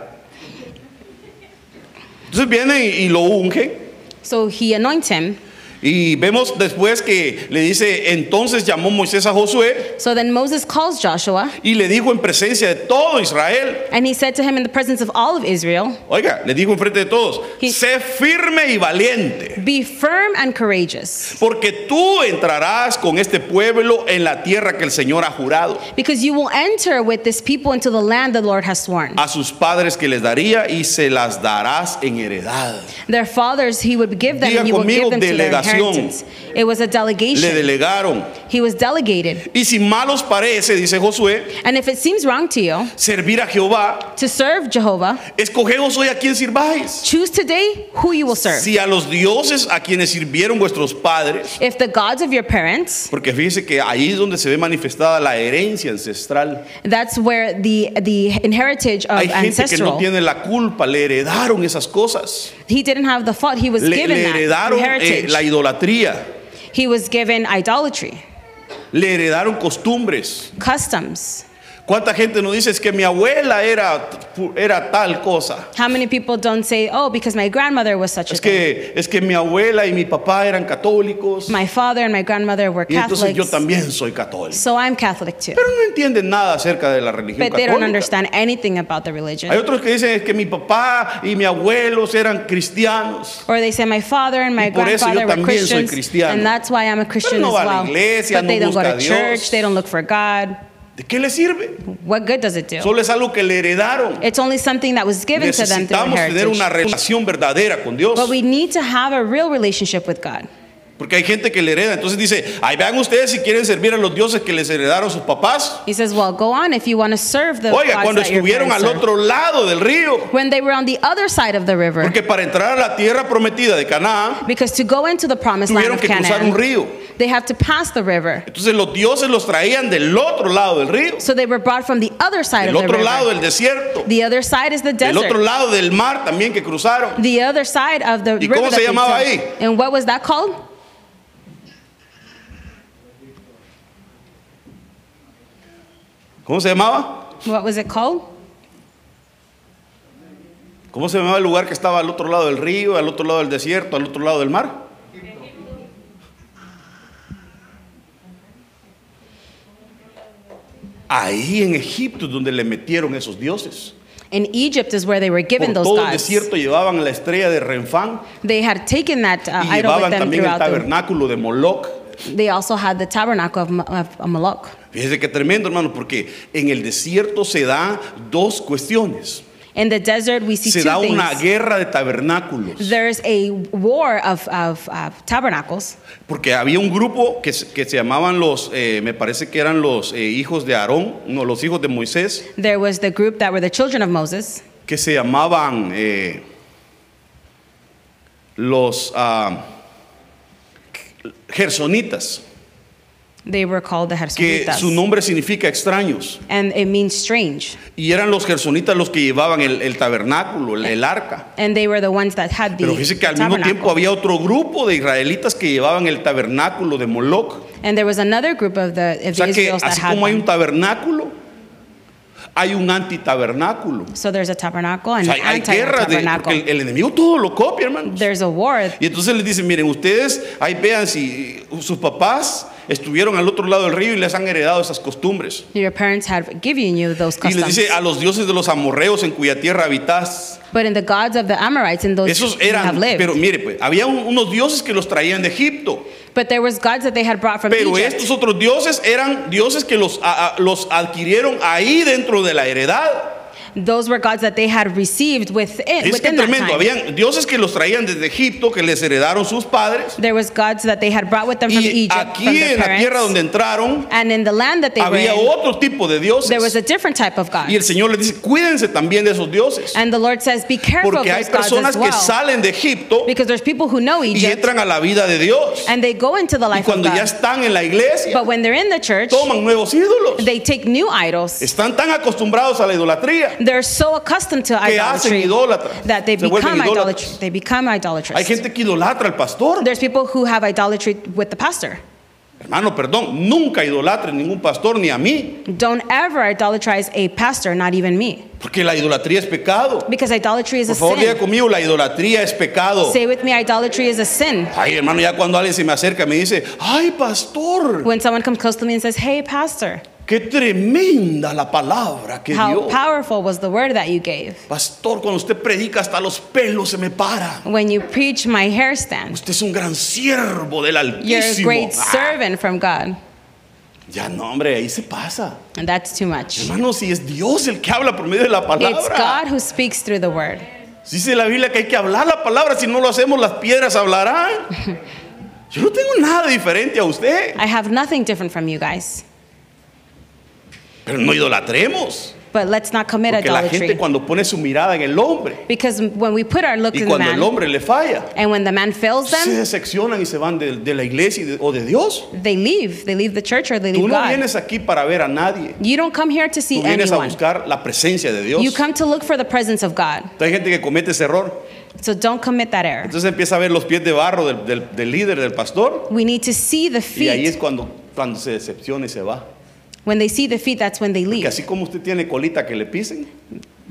Speaker 1: Entonces viene y, y lo unge.
Speaker 2: So he anoints him.
Speaker 1: Y vemos después que le dice, entonces llamó Moisés a Josué
Speaker 2: So then Moses calls Joshua
Speaker 1: y le dijo en presencia de todo Israel,
Speaker 2: and he said to him in the presence of all of Israel,
Speaker 1: oiga, le dijo en frente de todos,
Speaker 2: He-
Speaker 1: sé firme y valiente,
Speaker 2: Be firm and courageous,
Speaker 1: porque tú entrarás con este pueblo en la tierra que el Señor ha jurado
Speaker 2: because you will enter with this people into the land the Lord has sworn.
Speaker 1: a sus padres que les daría y se las darás en heredad.
Speaker 2: Their fathers, he would give them,
Speaker 1: Diga
Speaker 2: and he
Speaker 1: conmigo,
Speaker 2: would give them to their
Speaker 1: delegación.
Speaker 2: inheritance. It was a
Speaker 1: Le
Speaker 2: delegation.
Speaker 1: delegaron.
Speaker 2: He was delegated.
Speaker 1: Y si mal os parece, dice Josué,
Speaker 2: And if it seems wrong to you
Speaker 1: servir a Jehová
Speaker 2: to serve Jehovah,
Speaker 1: Escogeos hoy a quien sirváis.
Speaker 2: choose today who you will serve.
Speaker 1: Si a los dioses a quienes sirvieron vuestros padres,
Speaker 2: If the gods of your parents,
Speaker 1: porque fíjese que ahí es donde se ve manifestada la herencia ancestral.
Speaker 2: that's where the the inheritage of
Speaker 1: Hay gente que no
Speaker 2: ancestral.
Speaker 1: tiene la culpa, le heredaron esas cosas.
Speaker 2: He didn't have the fault. He was
Speaker 1: Le,
Speaker 2: given
Speaker 1: le
Speaker 2: that
Speaker 1: heredaron eh,
Speaker 2: inheritance.
Speaker 1: la idolatría,
Speaker 2: he was given idolatry,
Speaker 1: le heredaron costumbres.
Speaker 2: customs.
Speaker 1: ¿Cuánta gente nos dice es que mi abuela era, era tal cosa?
Speaker 2: How many people don't say, "Oh, because my grandmother was such
Speaker 1: Es
Speaker 2: a thing.
Speaker 1: que, es que mi abuela y mi papá eran católicos
Speaker 2: My father and my grandmother were
Speaker 1: y entonces
Speaker 2: Catholics,
Speaker 1: yo también soy católico.
Speaker 2: so I'm Catholic too."
Speaker 1: Pero no entienden nada acerca de la religión
Speaker 2: But they don't
Speaker 1: católica.
Speaker 2: understand anything about the
Speaker 1: Hay
Speaker 2: religion.
Speaker 1: otros que dicen "Es que mi papá y mi abuelos eran cristianos.
Speaker 2: Or they say, "My father and my
Speaker 1: Y por eso yo
Speaker 2: grandfather were
Speaker 1: también soy
Speaker 2: Christians,
Speaker 1: cristiano."
Speaker 2: and that's why I'm a Christian
Speaker 1: no va
Speaker 2: as
Speaker 1: a la
Speaker 2: well."
Speaker 1: iglesia,
Speaker 2: but
Speaker 1: no
Speaker 2: they don't go
Speaker 1: busca
Speaker 2: to
Speaker 1: a Dios.
Speaker 2: church. They don't look for God.
Speaker 1: ¿De qué le sirve?
Speaker 2: What good does it do?
Speaker 1: Solo es algo que le heredaron.
Speaker 2: It's only something that was given to them through
Speaker 1: Necesitamos tener
Speaker 2: inheritance.
Speaker 1: una relación verdadera con Dios.
Speaker 2: But we need to have a real relationship with God.
Speaker 1: Porque hay gente que le hereda. Entonces dice, ahí vean ustedes si quieren servir a los dioses que les heredaron sus papás.
Speaker 2: He says, well, go on if you want to serve the
Speaker 1: Oiga,
Speaker 2: gods
Speaker 1: cuando
Speaker 2: that your
Speaker 1: estuvieron al
Speaker 2: parents served."
Speaker 1: otro lado del río.
Speaker 2: When they were on the other side of the river,
Speaker 1: Porque para entrar a la tierra prometida de Canaán,
Speaker 2: because to go into the promised land
Speaker 1: tuvieron
Speaker 2: of
Speaker 1: que cruzar
Speaker 2: Canaan,
Speaker 1: un río.
Speaker 2: they have to pass the river.
Speaker 1: Entonces los dioses los traían del otro lado del río.
Speaker 2: So they were brought from the other side
Speaker 1: Del
Speaker 2: of the
Speaker 1: otro
Speaker 2: river.
Speaker 1: lado del desierto.
Speaker 2: the other side is the
Speaker 1: Del otro
Speaker 2: desert.
Speaker 1: lado del mar también que cruzaron.
Speaker 2: The other side of the
Speaker 1: ¿Y
Speaker 2: river.
Speaker 1: cómo se
Speaker 2: that they
Speaker 1: llamaba
Speaker 2: took.
Speaker 1: ahí?
Speaker 2: And what was that called?
Speaker 1: ¿Cómo se llamaba?
Speaker 2: What was it called?
Speaker 1: ¿Cómo se llamaba el lugar que estaba al otro lado del río, al otro lado del desierto, al otro lado del mar? Ahí en Egipto es donde le metieron esos dioses.
Speaker 2: In Egypt is where they were
Speaker 1: Por
Speaker 2: given those
Speaker 1: todo el
Speaker 2: gods.
Speaker 1: desierto llevaban la estrella de Renfán
Speaker 2: They had taken that uh,
Speaker 1: y
Speaker 2: idol
Speaker 1: llevaban
Speaker 2: with them
Speaker 1: también el
Speaker 2: throughout the.
Speaker 1: tabernáculo de Moloch.
Speaker 2: They also had the tabernacle of, Ma- of Moloch.
Speaker 1: Fíjese qué tremendo, hermano, porque en el desierto se da dos cuestiones.
Speaker 2: In the desert, we see
Speaker 1: Se
Speaker 2: two
Speaker 1: da una
Speaker 2: things.
Speaker 1: guerra de tabernáculos,
Speaker 2: There's a war of, of, of tabernacles
Speaker 1: porque había un grupo que, se- que se llamaban los, eh, me parece que eran los eh, hijos de Aarón, no, los hijos de Moisés,
Speaker 2: There was the group that were the children of Moses.
Speaker 1: que se llamaban eh, los ah, gersonitas,
Speaker 2: They were called the
Speaker 1: que su
Speaker 2: Hersonitas.
Speaker 1: nombre significa extraños.
Speaker 2: And it means strange.
Speaker 1: Y eran los gersonitas los que llevaban el, el tabernáculo, el, el arca.
Speaker 2: And they were the ones that had the,
Speaker 1: Pero fíjese que al mismo
Speaker 2: tabernacle.
Speaker 1: tiempo había otro grupo de israelitas que llevaban el tabernáculo de Moloch.
Speaker 2: And there was another group of the,
Speaker 1: O
Speaker 2: of
Speaker 1: sea
Speaker 2: the
Speaker 1: que
Speaker 2: Israels that
Speaker 1: así
Speaker 2: had
Speaker 1: como hay un
Speaker 2: them.
Speaker 1: tabernáculo, hay un antitabernáculo.
Speaker 2: So there's a tabernacle
Speaker 1: O
Speaker 2: and
Speaker 1: sea,
Speaker 2: an
Speaker 1: hay guerras de, porque
Speaker 2: anti-tabernacle.
Speaker 1: el, el enemigo todo lo copia, hermanos.
Speaker 2: There's a war.
Speaker 1: Y entonces les dicen, miren, ustedes ahí vean si sus papás estuvieron al otro lado del río y les han heredado esas costumbres.
Speaker 2: Your parents had given you those
Speaker 1: Y les
Speaker 2: customs.
Speaker 1: dice a los dioses de los amorreos en cuya tierra habitas.
Speaker 2: But in the gods of the Amorites and those
Speaker 1: Esos
Speaker 2: who have
Speaker 1: eran,
Speaker 2: lived.
Speaker 1: pero mire, pues, había un- unos dioses que los traían de Egipto,
Speaker 2: but there was gods that they had brought from
Speaker 1: pero
Speaker 2: Egypt.
Speaker 1: estos otros dioses eran dioses que los, a- a- los adquirieron ahí dentro de la heredad.
Speaker 2: Those were gods that they had received within,
Speaker 1: Es que
Speaker 2: within that
Speaker 1: tremendo,
Speaker 2: time.
Speaker 1: habían dioses que los traían desde Egipto, que les heredaron sus padres,
Speaker 2: There was gods that they had brought with them from
Speaker 1: y
Speaker 2: Egypt, from
Speaker 1: aquí
Speaker 2: their
Speaker 1: en la
Speaker 2: parents.
Speaker 1: tierra donde entraron
Speaker 2: and in the land that they were
Speaker 1: había
Speaker 2: in,
Speaker 1: otro tipo de
Speaker 2: there was
Speaker 1: dioses.
Speaker 2: a different type of god.
Speaker 1: Y el Señor les dice, cuídense también de esos dioses,
Speaker 2: And the Lord says, be careful
Speaker 1: porque
Speaker 2: of
Speaker 1: hay
Speaker 2: those gods as
Speaker 1: personas que
Speaker 2: well.
Speaker 1: salen de Egipto
Speaker 2: Because there's people who know
Speaker 1: y
Speaker 2: Egypt
Speaker 1: entran a la vida de Dios,
Speaker 2: and they go into the
Speaker 1: y
Speaker 2: life of
Speaker 1: cuando ya
Speaker 2: God.
Speaker 1: están en la iglesia,
Speaker 2: But when they're in the church,
Speaker 1: toman nuevos ídolos.
Speaker 2: they take new idols.
Speaker 1: Están tan acostumbrados a la idolatría
Speaker 2: They're so accustomed to
Speaker 1: que hacen
Speaker 2: idolatry
Speaker 1: idólatras.
Speaker 2: that they
Speaker 1: se vuelven
Speaker 2: become
Speaker 1: idólatras.
Speaker 2: idolatry. They become
Speaker 1: Hay
Speaker 2: idolatrous.
Speaker 1: gente que idolatra al pastor.
Speaker 2: There's people who have idolatry with the pastor.
Speaker 1: Hermano, perdón, nunca idolatre ningún pastor ni a mí,
Speaker 2: Don't ever idolatrize a pastor, not even me.
Speaker 1: porque la idolatría es pecado.
Speaker 2: Because idolatry is a
Speaker 1: Por favor, diga
Speaker 2: sin.
Speaker 1: conmigo, la idolatría es pecado.
Speaker 2: Say with me, idolatry is a sin.
Speaker 1: Ay, hermano, ya cuando alguien se me acerca me dice, ay, pastor,
Speaker 2: When someone comes close to me and says, Hey, pastor,
Speaker 1: qué tremenda la palabra que
Speaker 2: how
Speaker 1: dio.
Speaker 2: powerful was the word that you gave?
Speaker 1: Pastor, cuando usted predica hasta los pelos se me para.
Speaker 2: When you preach, my hair stands.
Speaker 1: Usted es un gran siervo del
Speaker 2: You're a
Speaker 1: Altísimo.
Speaker 2: great
Speaker 1: Ah,
Speaker 2: servant from God.
Speaker 1: ya no, hombre, ahí se pasa.
Speaker 2: And that's too much.
Speaker 1: Hermano, si es Dios el que habla por medio de la
Speaker 2: It's God
Speaker 1: palabra.
Speaker 2: who speaks through the word.
Speaker 1: Dice la Biblia que hay que hablar la palabra, si no lo hacemos las piedras
Speaker 2: <laughs>
Speaker 1: hablarán. Yo no tengo nada diferente a usted,
Speaker 2: I have nothing different from you guys.
Speaker 1: pero no idolatremos.
Speaker 2: But let's not commit
Speaker 1: Porque la gente
Speaker 2: idolatry.
Speaker 1: cuando pone su mirada en el hombre
Speaker 2: Because when we put our look
Speaker 1: y
Speaker 2: in the
Speaker 1: cuando el
Speaker 2: man,
Speaker 1: hombre le falla,
Speaker 2: and when the man fails
Speaker 1: se
Speaker 2: them,
Speaker 1: decepcionan y se van de, de la iglesia y de- o de Dios.
Speaker 2: they leave. They leave the church or they
Speaker 1: Tú
Speaker 2: leave
Speaker 1: no
Speaker 2: God.
Speaker 1: vienes aquí para ver a nadie,
Speaker 2: You don't come here to
Speaker 1: tú
Speaker 2: see
Speaker 1: vienes a
Speaker 2: anyone.
Speaker 1: buscar la presencia de Dios.
Speaker 2: You come to look for the presence of God.
Speaker 1: Hay gente que comete ese error.
Speaker 2: So don't commit that error.
Speaker 1: Entonces empieza a ver los pies de barro del, del- del líder, del pastor,
Speaker 2: We need to see the
Speaker 1: y ahí es
Speaker 2: feet.
Speaker 1: cuando, cuando se decepciona y se va.
Speaker 2: When they see the feet, that's when they
Speaker 1: Que
Speaker 2: leave.
Speaker 1: así como usted tiene colita que le pisen,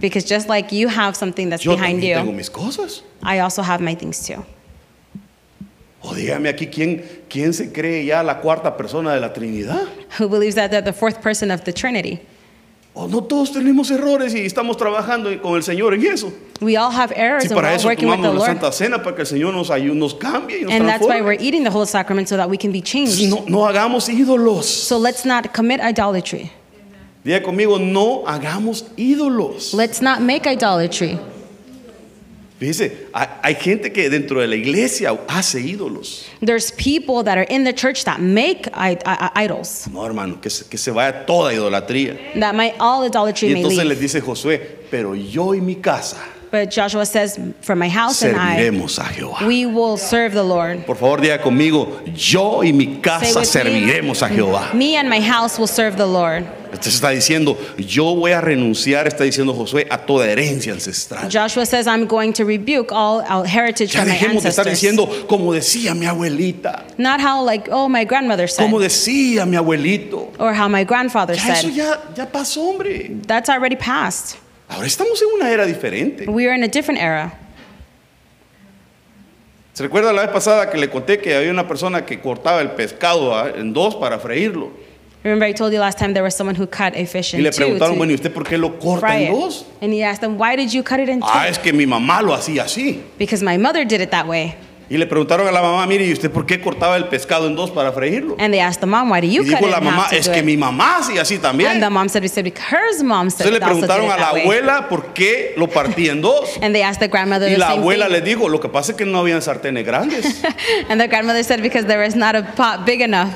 Speaker 2: Because just like you have something that's
Speaker 1: yo
Speaker 2: behind
Speaker 1: también tengo
Speaker 2: you,
Speaker 1: mis cosas.
Speaker 2: I also have my things too.
Speaker 1: O dígame aquí, ¿quién, ¿quién se cree ya la cuarta persona de la Trinidad?
Speaker 2: Who believes that they're the fourth person of the Trinity?
Speaker 1: O Oh, no todos tenemos errores y estamos trabajando con el Señor en eso.
Speaker 2: We all have errors
Speaker 1: Si
Speaker 2: and we're
Speaker 1: para
Speaker 2: all
Speaker 1: eso
Speaker 2: working with the
Speaker 1: tomamos la
Speaker 2: Lord.
Speaker 1: Santa Cena, para que el Señor nos, ayude, nos cambie y nos
Speaker 2: And that's why
Speaker 1: transforme.
Speaker 2: we're eating the Holy Sacrament so that we can be
Speaker 1: Entonces,
Speaker 2: changed.
Speaker 1: No, no hagamos ídolos.
Speaker 2: So let's not commit idolatry.
Speaker 1: Diga conmigo, no hagamos ídolos.
Speaker 2: Let's not make idolatry.
Speaker 1: Fíjese, hay, hay gente que dentro de la iglesia hace ídolos.
Speaker 2: There's people that are in the church that make I- I- I- idols,
Speaker 1: No, hermano, que se, que se vaya toda idolatría.
Speaker 2: that might all idolatry
Speaker 1: Y
Speaker 2: may
Speaker 1: entonces les
Speaker 2: leave.
Speaker 1: dice Josué, pero yo y mi casa
Speaker 2: But Joshua says, "For my house and I,
Speaker 1: serviremos a Jehová.
Speaker 2: we will serve the Lord.
Speaker 1: Por favor, diga conmigo, yo y mi
Speaker 2: Say
Speaker 1: casa
Speaker 2: with
Speaker 1: serviremos a
Speaker 2: me,
Speaker 1: Jehová.
Speaker 2: Me and my house will serve the Lord."
Speaker 1: Entonces está diciendo, yo voy a renunciar, está diciendo Josué, a toda herencia ancestral.
Speaker 2: Joshua says, "I'm going to rebuke all our heritage
Speaker 1: Ya
Speaker 2: from my
Speaker 1: dejemos de estar
Speaker 2: ancestors."
Speaker 1: diciendo, como decía mi abuelita,
Speaker 2: Not how like oh my grandmother said,
Speaker 1: como decía mi abuelito.
Speaker 2: or how my grandfather
Speaker 1: Ya eso
Speaker 2: said.
Speaker 1: ya, ya pasó, hombre.
Speaker 2: That's already passed.
Speaker 1: Ahora estamos en una era diferente.
Speaker 2: We are in a different era.
Speaker 1: ¿Se recuerda la vez pasada que le conté que había una persona que cortaba el pescado ah, en dos para freírlo?
Speaker 2: Remember, I told you last time there was someone who cut a fish
Speaker 1: Y
Speaker 2: in
Speaker 1: le
Speaker 2: two
Speaker 1: preguntaron, bueno, ¿y
Speaker 2: to
Speaker 1: usted por qué lo corta
Speaker 2: fry
Speaker 1: en
Speaker 2: it.
Speaker 1: dos?
Speaker 2: And he asked them, "Why did you cut it in two?
Speaker 1: Ah, es que mi mamá lo hacía así.
Speaker 2: Because my mother did it that way.
Speaker 1: Y le preguntaron a la mamá, mire, ¿y usted por qué cortaba el pescado en dos para freírlo?
Speaker 2: And they asked the mom, "Why do
Speaker 1: Y
Speaker 2: you cut
Speaker 1: dijo
Speaker 2: it
Speaker 1: la
Speaker 2: in
Speaker 1: mamá,
Speaker 2: half to
Speaker 1: es
Speaker 2: do
Speaker 1: que
Speaker 2: it?"
Speaker 1: mi mamá hacía así también.
Speaker 2: And the mom said, "We said because her mom said
Speaker 1: Entonces le
Speaker 2: it also did
Speaker 1: preguntaron
Speaker 2: it
Speaker 1: a la
Speaker 2: that way."
Speaker 1: abuela por qué lo partía en
Speaker 2: <laughs>
Speaker 1: dos.
Speaker 2: And they asked the grandmother
Speaker 1: Y
Speaker 2: the
Speaker 1: la
Speaker 2: same
Speaker 1: abuela
Speaker 2: <laughs> thing.
Speaker 1: les dijo, lo que pasa es que no habían sartenes
Speaker 2: <laughs>
Speaker 1: grandes.
Speaker 2: and the grandmother said, "Because there is not a pot big enough."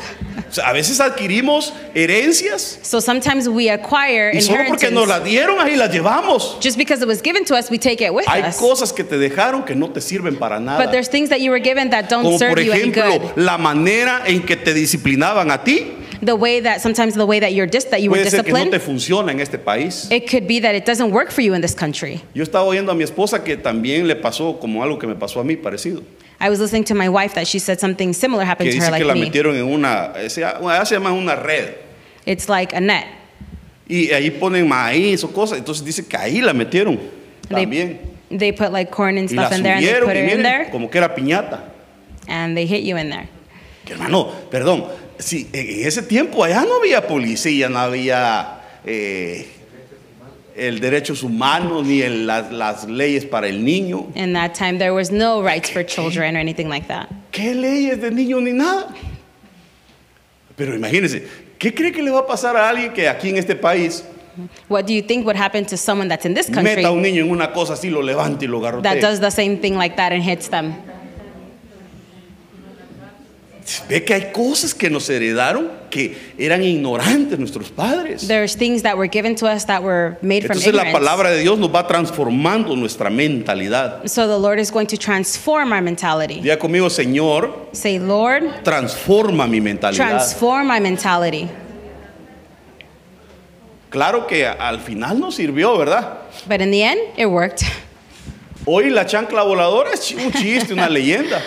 Speaker 1: O sea, a veces adquirimos herencias
Speaker 2: So sometimes we acquire
Speaker 1: y solo porque nos
Speaker 2: inheritance.
Speaker 1: las dieron ahí las llevamos.
Speaker 2: Just because it was given to us, we take it with
Speaker 1: Hay
Speaker 2: us.
Speaker 1: cosas que te dejaron que no te sirven para
Speaker 2: Pues, But
Speaker 1: nada.
Speaker 2: there's things that you were given that don't
Speaker 1: Como
Speaker 2: serve
Speaker 1: por
Speaker 2: you any
Speaker 1: ejemplo,
Speaker 2: good.
Speaker 1: la manera en que te disciplinaban a ti
Speaker 2: The way that sometimes the way that you're dis- that you were
Speaker 1: puede ser que no
Speaker 2: disciplined, Eh.
Speaker 1: te funciona en este país.
Speaker 2: it could be that it doesn't work for you in this country.
Speaker 1: Yo estaba oyendo a mi esposa que también le pasó como algo que me pasó a mí parecido.
Speaker 2: I was listening to my wife that she said something similar
Speaker 1: Que
Speaker 2: happened to her
Speaker 1: dice que
Speaker 2: like
Speaker 1: la
Speaker 2: me.
Speaker 1: metieron en una, ese- allá se llama una red.
Speaker 2: It's like a net.
Speaker 1: Y ahí ponen maíz o cosas. Entonces dice que ahí la metieron
Speaker 2: They,
Speaker 1: también.
Speaker 2: they put like corn and
Speaker 1: Y la
Speaker 2: stuff in there and they
Speaker 1: subieron
Speaker 2: put
Speaker 1: y
Speaker 2: it in
Speaker 1: miren,
Speaker 2: there
Speaker 1: como que era piñata.
Speaker 2: and they hit you in there.
Speaker 1: Que hermano, perdón. Si en en ese tiempo allá no había policía, no había eh, el derechos humanos ni el- las, las leyes para el niño.
Speaker 2: In that time, there was no rights for children or anything like that.
Speaker 1: ¿Qué leyes de niño ni nada? Pero imagínense, ¿qué cree que le va a pasar a alguien que aquí en este país
Speaker 2: What do you think would happen to someone that's in this country
Speaker 1: meta a un niño en una cosa así, lo levante y lo
Speaker 2: that
Speaker 1: garrotee?
Speaker 2: does the same thing like that and hits them?
Speaker 1: Ve que hay cosas que nos heredaron que eran ignorantes nuestros padres.
Speaker 2: There's things that were given to us that were made from
Speaker 1: Entonces la
Speaker 2: ignorance.
Speaker 1: palabra de Dios nos va transformando nuestra mentalidad.
Speaker 2: So the Lord is going to transform our mentality.
Speaker 1: Diga conmigo, Señor,
Speaker 2: Say, Lord,
Speaker 1: transforma mi mentalidad.
Speaker 2: transform my mentality.
Speaker 1: Claro que a- al final nos sirvió, ¿verdad?
Speaker 2: But in the end, it worked.
Speaker 1: Hoy la chancla voladora es un chiste, una
Speaker 2: <laughs>
Speaker 1: leyenda.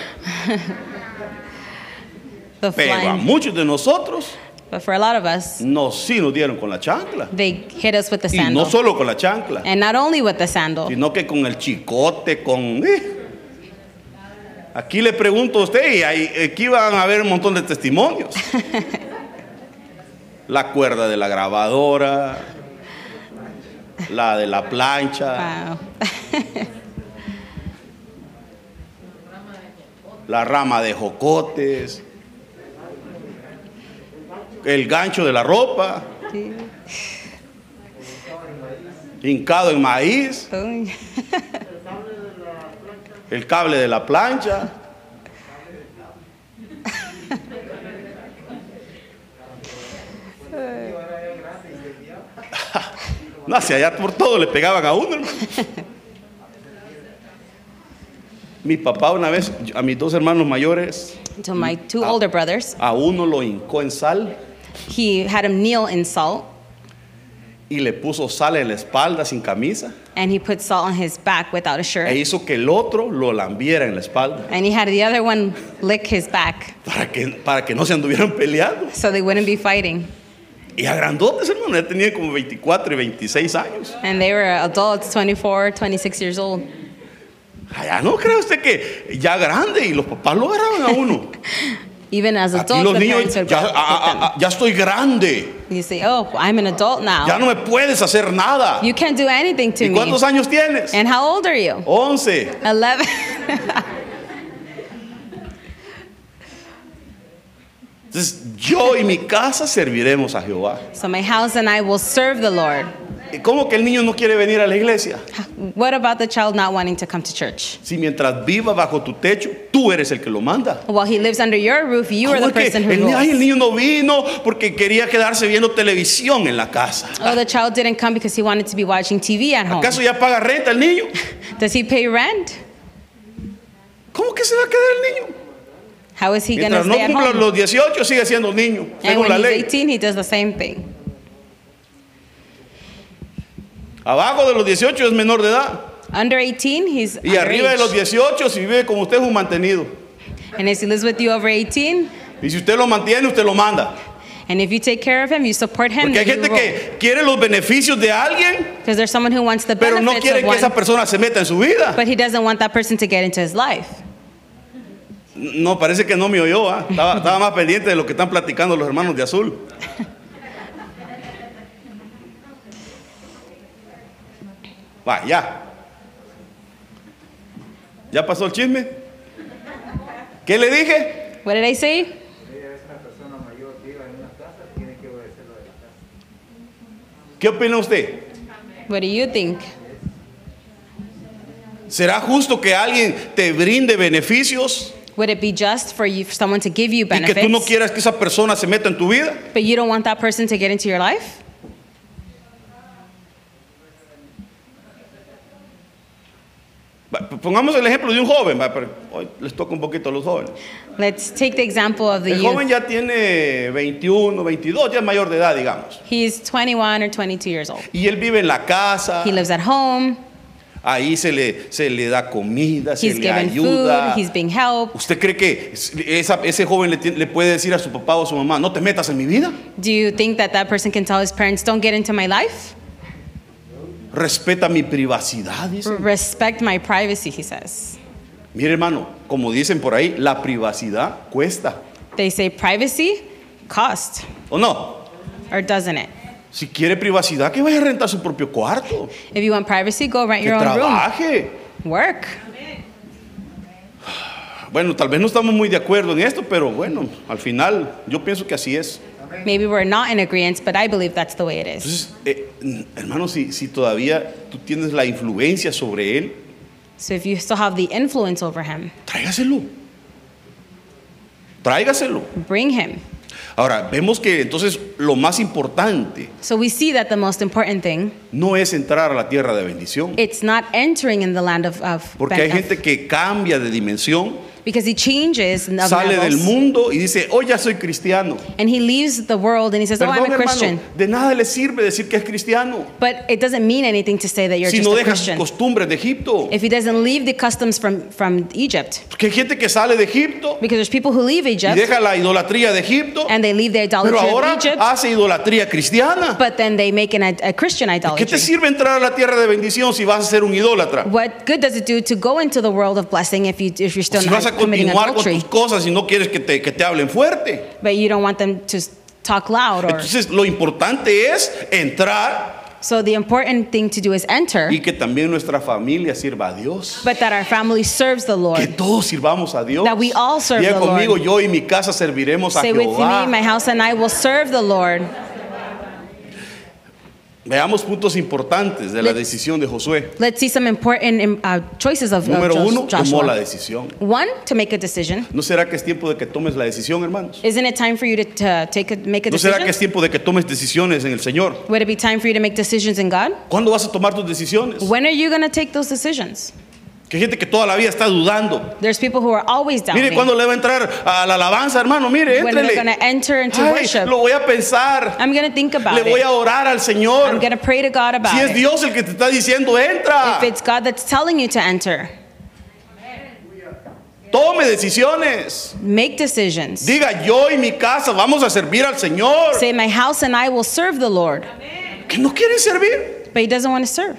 Speaker 2: The
Speaker 1: Pero a
Speaker 2: flying.
Speaker 1: muchos de nosotros
Speaker 2: But for a lot of us,
Speaker 1: nos sí nos dieron con la chancla.
Speaker 2: they hit us with the
Speaker 1: Y no
Speaker 2: sandal.
Speaker 1: solo con la chancla,
Speaker 2: And not only with the sandal,
Speaker 1: sino que con el chicote, con... ¡eh! Aquí le pregunto a usted, y ahí- aquí van a haber un montón de testimonios. La cuerda de la grabadora, la de la plancha,
Speaker 2: wow. <laughs>
Speaker 1: la rama de jocotes, el gancho de la ropa, hincado en maíz, el cable de la plancha. <laughs> No, si allá por todo le pegaban a uno. hermano. Mi papá una vez, a mis dos hermanos mayores,
Speaker 2: to my
Speaker 1: Ah.
Speaker 2: two older brothers,
Speaker 1: a uno lo hincó en sal
Speaker 2: he had him kneel in salt
Speaker 1: y le puso sal en la espalda sin camisa
Speaker 2: and he put salt on his back without a
Speaker 1: e
Speaker 2: shirt.
Speaker 1: hizo que el otro lo lambiera en la espalda
Speaker 2: And he had the other one lick his back
Speaker 1: para que, para que no se anduvieran peleando.
Speaker 2: so they wouldn't be fighting.
Speaker 1: Y a grandotes, hermano, ya tenía como 24 y 26 años.
Speaker 2: And they were adults, 24, 26 years old.
Speaker 1: Allá no cree usted que ya grande y los papás lo agarraban a
Speaker 2: <laughs>
Speaker 1: uno.
Speaker 2: Even as
Speaker 1: Aquí
Speaker 2: adults,
Speaker 1: los
Speaker 2: the
Speaker 1: niños
Speaker 2: parents would
Speaker 1: ya, ah,
Speaker 2: grab-
Speaker 1: a-
Speaker 2: get
Speaker 1: a- a- ya estoy grande,
Speaker 2: them. You say, oh, I'm an adult now.
Speaker 1: ya no me puedes hacer nada.
Speaker 2: You can't do anything to
Speaker 1: ¿Y
Speaker 2: me.
Speaker 1: cuántos años tienes?
Speaker 2: And how old are you?
Speaker 1: 11.
Speaker 2: <laughs> 11.
Speaker 1: Entonces, yo y mi casa serviremos a Jehová.
Speaker 2: so my house and I will serve the Lord.
Speaker 1: ¿Cómo que el niño no quiere venir a la iglesia?
Speaker 2: What about the child not wanting to come to church?
Speaker 1: Si mientras viva bajo tu techo, tú eres el que lo manda.
Speaker 2: While he lives under your roof, you are
Speaker 1: ¿Cómo
Speaker 2: the
Speaker 1: es que
Speaker 2: person
Speaker 1: el,
Speaker 2: who
Speaker 1: ay, el
Speaker 2: rules.
Speaker 1: niño no vino porque quería quedarse viendo televisión en la casa.
Speaker 2: Oh, the child didn't come because he wanted to be watching TV at home.
Speaker 1: ¿Acaso ya paga renta el niño?
Speaker 2: Does he pay rent?
Speaker 1: ¿Cómo que se va a quedar el niño?
Speaker 2: How is he going to
Speaker 1: Mientras no
Speaker 2: stay at
Speaker 1: cumpla
Speaker 2: home?
Speaker 1: los 18 sigue siendo un niño,
Speaker 2: and
Speaker 1: según
Speaker 2: when
Speaker 1: la
Speaker 2: he's
Speaker 1: ley.
Speaker 2: 18, he does the same thing.
Speaker 1: Abajo de los 18 es menor de edad.
Speaker 2: Under 18, he's
Speaker 1: Y arriba de los
Speaker 2: underage.
Speaker 1: 18, si vive con usted es un mantenido.
Speaker 2: And if he lives with you over 18,
Speaker 1: Y si usted lo mantiene, usted lo manda.
Speaker 2: and if you take care of him, you support him,
Speaker 1: Porque
Speaker 2: <laughs>
Speaker 1: hay
Speaker 2: then
Speaker 1: gente
Speaker 2: you
Speaker 1: que quiere los beneficios de alguien,
Speaker 2: Because there's someone who wants the
Speaker 1: pero no
Speaker 2: benefits
Speaker 1: quiere
Speaker 2: of
Speaker 1: que
Speaker 2: one,
Speaker 1: esa persona se meta en su vida.
Speaker 2: but he doesn't want that person to get into his life.
Speaker 1: No, parece que no me oyó. ah. Estaba, estaba más pendiente de lo que están platicando los hermanos de azul. Va, ya. ¿Ya pasó el chisme? ¿Qué le dije?
Speaker 2: What did I say?
Speaker 1: ¿Qué opina usted?
Speaker 2: What do you think?
Speaker 1: ¿Será justo que alguien te brinde beneficios
Speaker 2: Would it be just for you for someone to give you
Speaker 1: y que tú no
Speaker 2: benefits,
Speaker 1: quieras que esa persona se meta en tu vida?
Speaker 2: but you don't want that person to get into your life?
Speaker 1: Va, p- Pongamos el ejemplo de un joven. va, pero Hoy les toca un poquito a los jóvenes.
Speaker 2: Let's take the example of the
Speaker 1: El
Speaker 2: youth.
Speaker 1: joven ya tiene 21, 22, ya es mayor de edad, digamos.
Speaker 2: He is 21 or 22 years old.
Speaker 1: Y él vive en la casa,
Speaker 2: He lives at home.
Speaker 1: ahí se le, se le da comida, se
Speaker 2: He's
Speaker 1: le
Speaker 2: given food.
Speaker 1: ayuda.
Speaker 2: He's being helped.
Speaker 1: ¿Usted cree que es- esa- ese joven le, tiene- le puede decir a su papá o a su mamá, no te metas en mi vida?
Speaker 2: Do you think that that person can tell his parents, "Don't get into my life"?
Speaker 1: Respeta mi privacidad, dice.
Speaker 2: Mm. Respect my privacy, he says.
Speaker 1: Mire, hermano, como dicen por ahí, la privacidad cuesta.
Speaker 2: They say privacy cost,
Speaker 1: ¿O no?
Speaker 2: or doesn't it?
Speaker 1: Si quiere privacidad, que vaya a rentar su propio cuarto,
Speaker 2: If you want privacy, go rent
Speaker 1: que
Speaker 2: your own room.
Speaker 1: trabaje.
Speaker 2: Work.
Speaker 1: Bueno, tal vez no estamos muy de acuerdo en esto, pero bueno, al final yo pienso que así es.
Speaker 2: Maybe we're not in agreement, but I believe that's the way it is.
Speaker 1: Entonces, eh, n- hermano, si, si todavía tú tienes la influencia sobre él,
Speaker 2: So if you still have the influence over him,
Speaker 1: tráigaselo. Tráigaselo.
Speaker 2: bring him.
Speaker 1: Ahora, vemos que entonces lo más importante
Speaker 2: So we see that the most important thing,
Speaker 1: no es entrar a la tierra de bendición,
Speaker 2: it's not entering in the land of, of
Speaker 1: porque hay
Speaker 2: of-
Speaker 1: gente que cambia de dimensión,
Speaker 2: because he changes of
Speaker 1: sale del
Speaker 2: levels.
Speaker 1: mundo y dice, oh, ya soy cristiano.
Speaker 2: and he leaves the world and he says, "Oh,
Speaker 1: Perdón,
Speaker 2: I'm a Christian."
Speaker 1: hermano, de nada le sirve decir que es cristiano
Speaker 2: But it doesn't mean anything to say that you're
Speaker 1: si
Speaker 2: just
Speaker 1: no
Speaker 2: a
Speaker 1: dejas sus
Speaker 2: Christian.
Speaker 1: costumbres de Egipto.
Speaker 2: If he doesn't leave the customs from, from Egypt,
Speaker 1: Porque hay gente que sale de Egipto
Speaker 2: because there's people who leave
Speaker 1: y
Speaker 2: Egypt
Speaker 1: deja la idolatría de Egipto,
Speaker 2: and they leave the
Speaker 1: pero
Speaker 2: idolatry
Speaker 1: ahora
Speaker 2: of Egypt,
Speaker 1: hace idolatría cristiana.
Speaker 2: but then they make an, a Christian
Speaker 1: ¿Qué te
Speaker 2: idolatry.
Speaker 1: sirve entrar a la tierra de bendición si vas a ser un idólatra?
Speaker 2: What good does it do to go into the world of blessing if, you, if
Speaker 1: O
Speaker 2: you're still
Speaker 1: si vas a
Speaker 2: not committing
Speaker 1: continuar con
Speaker 2: adultery,
Speaker 1: tus cosas y no quieres que te, que te hablen fuerte.
Speaker 2: but you don't want them to talk loud? Or,
Speaker 1: Entonces lo importante es entrar
Speaker 2: so the important thing to do is enter,
Speaker 1: y que también nuestra familia sirva a Dios.
Speaker 2: but that our family serves the
Speaker 1: Que
Speaker 2: Lord.
Speaker 1: todos sirvamos a Dios.
Speaker 2: That we all serve
Speaker 1: Diga
Speaker 2: the
Speaker 1: conmigo,
Speaker 2: Lord.
Speaker 1: yo y mi casa serviremos a
Speaker 2: Say with me,
Speaker 1: Jehová.
Speaker 2: my house and I will serve the Lord.
Speaker 1: Veamos puntos importantes de la
Speaker 2: Let's-
Speaker 1: decisión de Josué.
Speaker 2: Let's see some important um, uh, choices of, of
Speaker 1: Número
Speaker 2: Jos-
Speaker 1: uno, tomó la
Speaker 2: Joshua.
Speaker 1: decisión.
Speaker 2: One, to make a decision.
Speaker 1: ¿No será que es tiempo de que tomes la decisión, hermanos?
Speaker 2: Isn't it time for you to, to take a, make a
Speaker 1: ¿No será que es
Speaker 2: decision?
Speaker 1: tiempo de que tomes decisiones en el Señor?
Speaker 2: Would it be time for you to make decisions in God?
Speaker 1: ¿Cuándo vas a tomar tus decisiones?
Speaker 2: When are you going to take those decisions?
Speaker 1: Que hay gente que toda la vida está dudando.
Speaker 2: There's people who are always doubting.
Speaker 1: Mire, ¿cuándo le va a entrar a la alabanza, hermano? Mire,
Speaker 2: when we're
Speaker 1: éntrele.
Speaker 2: going to enter into
Speaker 1: Ay,
Speaker 2: worship.
Speaker 1: lo voy a pensar.
Speaker 2: I'm going to think about
Speaker 1: Le voy
Speaker 2: it.
Speaker 1: a orar al
Speaker 2: I'm
Speaker 1: Señor.
Speaker 2: going to pray to God about
Speaker 1: Si es
Speaker 2: it.
Speaker 1: Dios el que te está diciendo, entra.
Speaker 2: If it's God that's telling you to enter,
Speaker 1: Tome decisiones.
Speaker 2: make decisions.
Speaker 1: Diga, yo y mi casa vamos a servir al Señor.
Speaker 2: Say, My house and I will serve the Lord.
Speaker 1: Que no quieren servir.
Speaker 2: But he doesn't want to serve.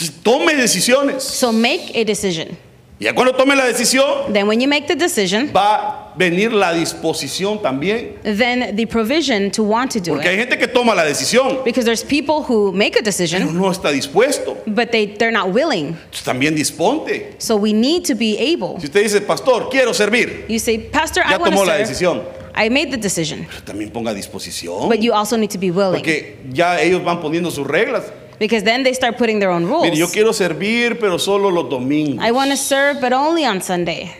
Speaker 1: Entonces, tome decisiones.
Speaker 2: So make a decision.
Speaker 1: Ya cuando tome la decisión,
Speaker 2: Then, when you make the decision,
Speaker 1: va a venir la disposición también.
Speaker 2: then the provision to want to do
Speaker 1: Porque hay
Speaker 2: it.
Speaker 1: gente que toma la decisión,
Speaker 2: Because there's people who make a
Speaker 1: pero
Speaker 2: decision,
Speaker 1: no está dispuesto.
Speaker 2: but they, they're not willing.
Speaker 1: Entonces, también disponte.
Speaker 2: So we need to be able.
Speaker 1: Si usted dice, pastor, quiero servir,
Speaker 2: You say, Pastor, I
Speaker 1: ya
Speaker 2: want
Speaker 1: tomó la
Speaker 2: to serve.
Speaker 1: decisión.
Speaker 2: I made the decision.
Speaker 1: Pero también ponga disposición.
Speaker 2: But you also need to be willing.
Speaker 1: Porque ya ellos van poniendo sus reglas.
Speaker 2: because then they start putting their own
Speaker 1: Mire, yo
Speaker 2: rules.
Speaker 1: quiero servir, pero solo los domingos.
Speaker 2: I want to serve, but only on Sunday.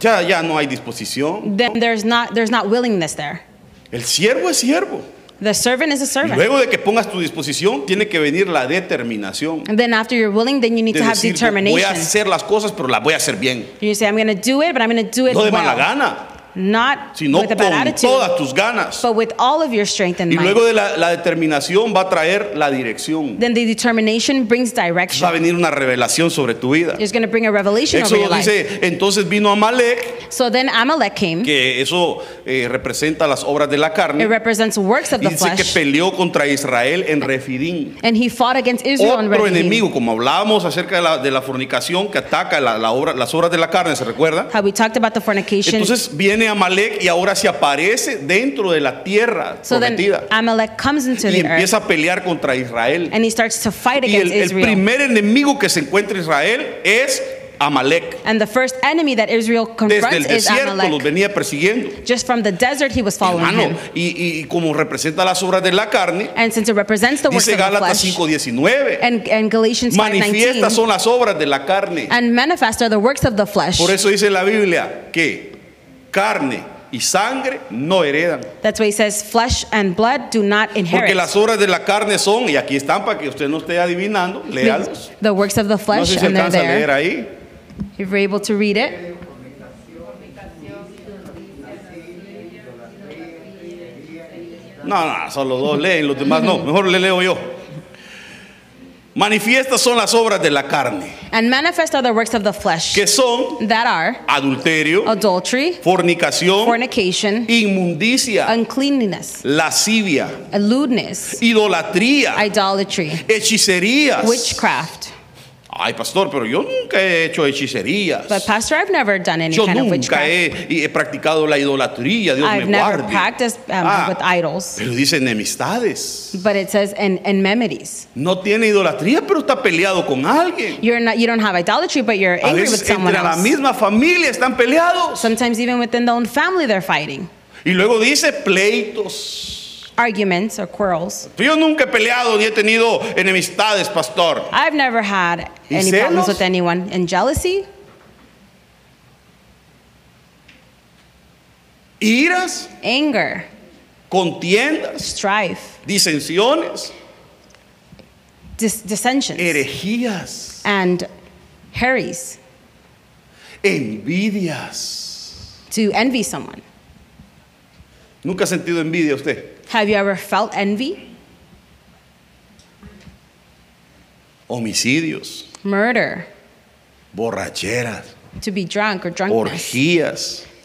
Speaker 1: Ya, ya no hay disposición.
Speaker 2: Then there's not there's not willingness there.
Speaker 1: El siervo es siervo.
Speaker 2: The servant is a
Speaker 1: Y
Speaker 2: servant.
Speaker 1: Luego de que pongas tu disposición, tiene que venir la determinación.
Speaker 2: And then after you're willing, then you need
Speaker 1: De
Speaker 2: to have
Speaker 1: decir, voy a
Speaker 2: determination.
Speaker 1: hacer las cosas, pero las voy a hacer bien.
Speaker 2: You say, I'm going to do it, but I'm going to do it
Speaker 1: No de mala
Speaker 2: well.
Speaker 1: gana,
Speaker 2: Not
Speaker 1: sino
Speaker 2: with a
Speaker 1: con
Speaker 2: bad attitude,
Speaker 1: todas tus ganas.
Speaker 2: but with all of your strength and
Speaker 1: Y
Speaker 2: mind.
Speaker 1: luego de la, la determinación va a traer la dirección.
Speaker 2: Then the determination brings
Speaker 1: Va a
Speaker 2: direction.
Speaker 1: venir una revelación sobre tu vida.
Speaker 2: It's going to bring a revelation over your
Speaker 1: Éxodo
Speaker 2: life.
Speaker 1: dice, entonces vino Amalek,
Speaker 2: So then Amalek came.
Speaker 1: que eso eh, representa las obras de la
Speaker 2: It
Speaker 1: carne,
Speaker 2: represents works of
Speaker 1: y
Speaker 2: the
Speaker 1: dice que
Speaker 2: flesh.
Speaker 1: peleó contra Israel en Refidim.
Speaker 2: And he fought against Israel and
Speaker 1: Otro
Speaker 2: Rehoboam.
Speaker 1: enemigo, como hablábamos acerca de la, de la fornicación que ataca la, la obra, las obras de la carne, ¿se recuerda?
Speaker 2: How we talked about the fornication.
Speaker 1: Entonces viene Amalek y ahora se aparece dentro de la tierra
Speaker 2: So then
Speaker 1: prometida
Speaker 2: Amalek comes into
Speaker 1: y
Speaker 2: the earth
Speaker 1: empieza a pelear contra Israel.
Speaker 2: and he starts to fight
Speaker 1: Y el,
Speaker 2: against
Speaker 1: el
Speaker 2: Israel.
Speaker 1: primer enemigo que se encuentra Israel es Amalek.
Speaker 2: And the first enemy that Israel
Speaker 1: Desde el
Speaker 2: confronts is
Speaker 1: desierto los
Speaker 2: Amalek.
Speaker 1: venía persiguiendo.
Speaker 2: Just from the desert, he was following
Speaker 1: Hermano,
Speaker 2: him.
Speaker 1: y, y como representa las obras de la carne,
Speaker 2: And since it represents the works
Speaker 1: dice
Speaker 2: of the
Speaker 1: Gálatas
Speaker 2: flesh,
Speaker 1: 5:19,
Speaker 2: and, and Galatians
Speaker 1: manifiestas
Speaker 2: 5.19,
Speaker 1: son las obras de la carne.
Speaker 2: and manifest are the works of the flesh.
Speaker 1: Por eso dice la Biblia que carne y sangre no heredan.
Speaker 2: That's why he says, flesh and blood do not
Speaker 1: Porque
Speaker 2: inherit.
Speaker 1: las obras de la carne son, y aquí están para que usted no esté adivinando, léalos.
Speaker 2: The works of the
Speaker 1: No
Speaker 2: flesh,
Speaker 1: sé si
Speaker 2: and they're
Speaker 1: alcanza a leer
Speaker 2: there.
Speaker 1: ahí.
Speaker 2: If you're able to read it.
Speaker 1: No, no, solo dos leen, los demás no. Mejor le leo yo. Manifiestas son las obras de la carne,
Speaker 2: And manifest are the works of the flesh,
Speaker 1: que son
Speaker 2: that are
Speaker 1: adulterio,
Speaker 2: adultery,
Speaker 1: fornicación,
Speaker 2: fornication,
Speaker 1: inmundicia,
Speaker 2: uncleanness,
Speaker 1: lascivia,
Speaker 2: lewdness,
Speaker 1: idolatría,
Speaker 2: idolatry,
Speaker 1: hechicerías.
Speaker 2: witchcraft.
Speaker 1: Ay, pastor, pero yo nunca he hecho hechicerías.
Speaker 2: But pastor, I've never done any
Speaker 1: Yo
Speaker 2: kind of
Speaker 1: nunca
Speaker 2: witchcraft.
Speaker 1: he, y he practicado la idolatría, Dios
Speaker 2: I've
Speaker 1: me
Speaker 2: never
Speaker 1: guarde.
Speaker 2: practiced um,
Speaker 1: Ah,
Speaker 2: with idols.
Speaker 1: pero dice enemistades.
Speaker 2: But it says and enmities.
Speaker 1: No tiene idolatría, pero está peleado con alguien.
Speaker 2: You're not you don't have idolatry, but you're
Speaker 1: A
Speaker 2: angry with
Speaker 1: veces
Speaker 2: someone
Speaker 1: entre la
Speaker 2: else.
Speaker 1: misma familia están peleados.
Speaker 2: Sometimes even within the own family they're fighting.
Speaker 1: Y luego dice pleitos.
Speaker 2: Arguments or quarrels.
Speaker 1: Yo nunca he peleado ni he tenido enemistades, pastor.
Speaker 2: I've never had
Speaker 1: ¿Y
Speaker 2: any problems
Speaker 1: celos?
Speaker 2: with anyone. And jealousy,
Speaker 1: Iras,
Speaker 2: anger,
Speaker 1: contiendas,
Speaker 2: strife,
Speaker 1: disensiones,
Speaker 2: dis- dissensions,
Speaker 1: herejías,
Speaker 2: and herries.
Speaker 1: envidias.
Speaker 2: to envy someone.
Speaker 1: ¿Nunca ha sentido envidia usted?
Speaker 2: Have you ever felt envy?
Speaker 1: Homicidios,
Speaker 2: Murder,
Speaker 1: borracheras,
Speaker 2: to be drunk or drunkenness,
Speaker 1: orgías y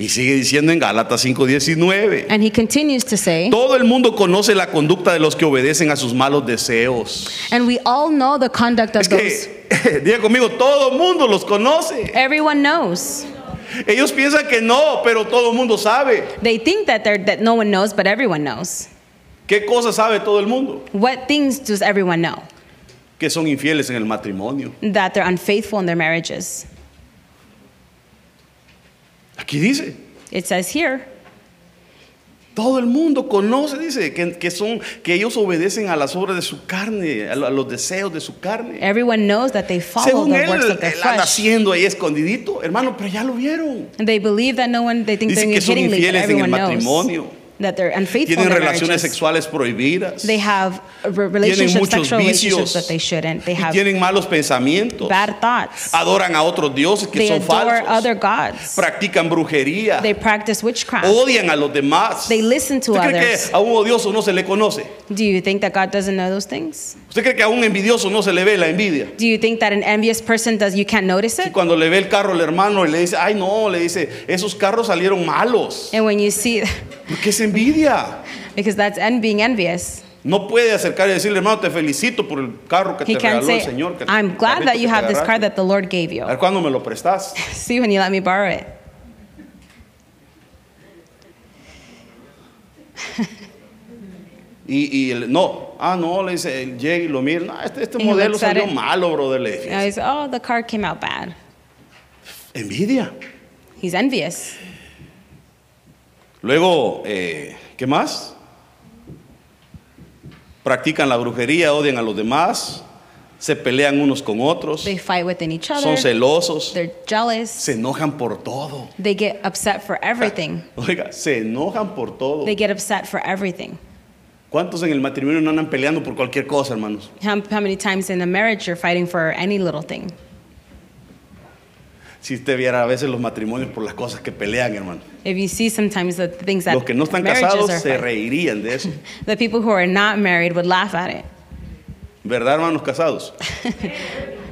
Speaker 1: Y sigue diciendo en Gálatas 5:19.
Speaker 2: And he continues to say,
Speaker 1: Todo el mundo conoce la conducta de los que obedecen a sus malos deseos.
Speaker 2: and we all know the conduct of
Speaker 1: Es
Speaker 2: those.
Speaker 1: que, <laughs> diga conmigo, todo el mundo los conoce.
Speaker 2: Everyone knows.
Speaker 1: Ellos piensan que no, pero todo el mundo sabe.
Speaker 2: They think that they're, that no one knows, but everyone knows.
Speaker 1: ¿Qué cosa sabe todo el mundo?
Speaker 2: What things does everyone know?
Speaker 1: Que son infieles en el matrimonio.
Speaker 2: That they're unfaithful in their marriages.
Speaker 1: Aquí dice,
Speaker 2: It says here.
Speaker 1: todo el mundo conoce, dice, que, que son, que ellos obedecen a las obras de su carne, a, lo- a los deseos de su carne.
Speaker 2: Everyone knows that they follow
Speaker 1: Según
Speaker 2: the
Speaker 1: él,
Speaker 2: works of their
Speaker 1: él anda
Speaker 2: flesh.
Speaker 1: haciendo ahí escondidito. Hermano, pero ya lo vieron.
Speaker 2: And they believe that no one, they think
Speaker 1: Dicen
Speaker 2: they're
Speaker 1: que son
Speaker 2: hittingly, but
Speaker 1: infieles en el
Speaker 2: everyone knows
Speaker 1: matrimonio.
Speaker 2: that they're unfaithful in
Speaker 1: Tienen
Speaker 2: their
Speaker 1: relaciones
Speaker 2: marriages.
Speaker 1: sexuales prohibidas.
Speaker 2: They have a re- relationships,
Speaker 1: muchos vicios.
Speaker 2: sexual relationships that they shouldn't. They
Speaker 1: Y
Speaker 2: have
Speaker 1: tienen malos pensamientos.
Speaker 2: bad thoughts.
Speaker 1: Adoran a otros dioses que
Speaker 2: They
Speaker 1: son
Speaker 2: adore other
Speaker 1: falsos.
Speaker 2: gods.
Speaker 1: Practican brujería.
Speaker 2: They practice witchcraft.
Speaker 1: Odian a los demás.
Speaker 2: They listen to
Speaker 1: ¿Usted cree
Speaker 2: others.
Speaker 1: que a un odioso no se le conoce?
Speaker 2: Do you think that God doesn't know those things?
Speaker 1: ¿Usted cree que a un envidioso no se le ve la envidia?
Speaker 2: Do you think that an envious person does, you can't notice
Speaker 1: Y
Speaker 2: it?
Speaker 1: cuando le ve el carro al hermano y le dice, ay no, le dice, esos carros salieron malos.
Speaker 2: And when you see, <laughs>
Speaker 1: ¿Por qué es envidia?
Speaker 2: because that's en- being envious.
Speaker 1: No puede acercar y decirle, hermano, te felicito por el carro que te
Speaker 2: He
Speaker 1: regaló
Speaker 2: can't
Speaker 1: el
Speaker 2: say,
Speaker 1: Señor. que-
Speaker 2: I'm glad
Speaker 1: carrito
Speaker 2: that you
Speaker 1: que te
Speaker 2: have this car
Speaker 1: agarraste.
Speaker 2: that the Lord gave you.
Speaker 1: A ver cuándo me lo prestas.
Speaker 2: See, when you let me borrow it.
Speaker 1: Y, y el- no, ah, no, le dice, él llega y lo mira. No, este, este
Speaker 2: Y
Speaker 1: modelo
Speaker 2: looks at
Speaker 1: salió
Speaker 2: it.
Speaker 1: malo, brother. Le
Speaker 2: And
Speaker 1: dice.
Speaker 2: he's, oh, the car came out bad.
Speaker 1: Envidia.
Speaker 2: He's envious.
Speaker 1: Luego, eh, ¿qué más? Practican la brujería, odian a los demás, se pelean unos con otros,
Speaker 2: They fight within each other.
Speaker 1: son celosos,
Speaker 2: They're jealous.
Speaker 1: se enojan por todo.
Speaker 2: They get upset for everything.
Speaker 1: Oiga, se enojan por todo.
Speaker 2: They get upset for everything.
Speaker 1: ¿Cuántos en el matrimonio no andan peleando por cualquier cosa, hermanos?
Speaker 2: How, how many times in a marriage you're fighting for any little thing?
Speaker 1: Si usted viera a veces los matrimonios por las cosas que pelean, hermano.
Speaker 2: If you see sometimes the things that
Speaker 1: Los que no están
Speaker 2: marriages
Speaker 1: casados
Speaker 2: are
Speaker 1: se
Speaker 2: fighting,
Speaker 1: reirían de
Speaker 2: <laughs>
Speaker 1: eso.
Speaker 2: the people who are not married would laugh at it.
Speaker 1: ¿Verdad, hermanos casados?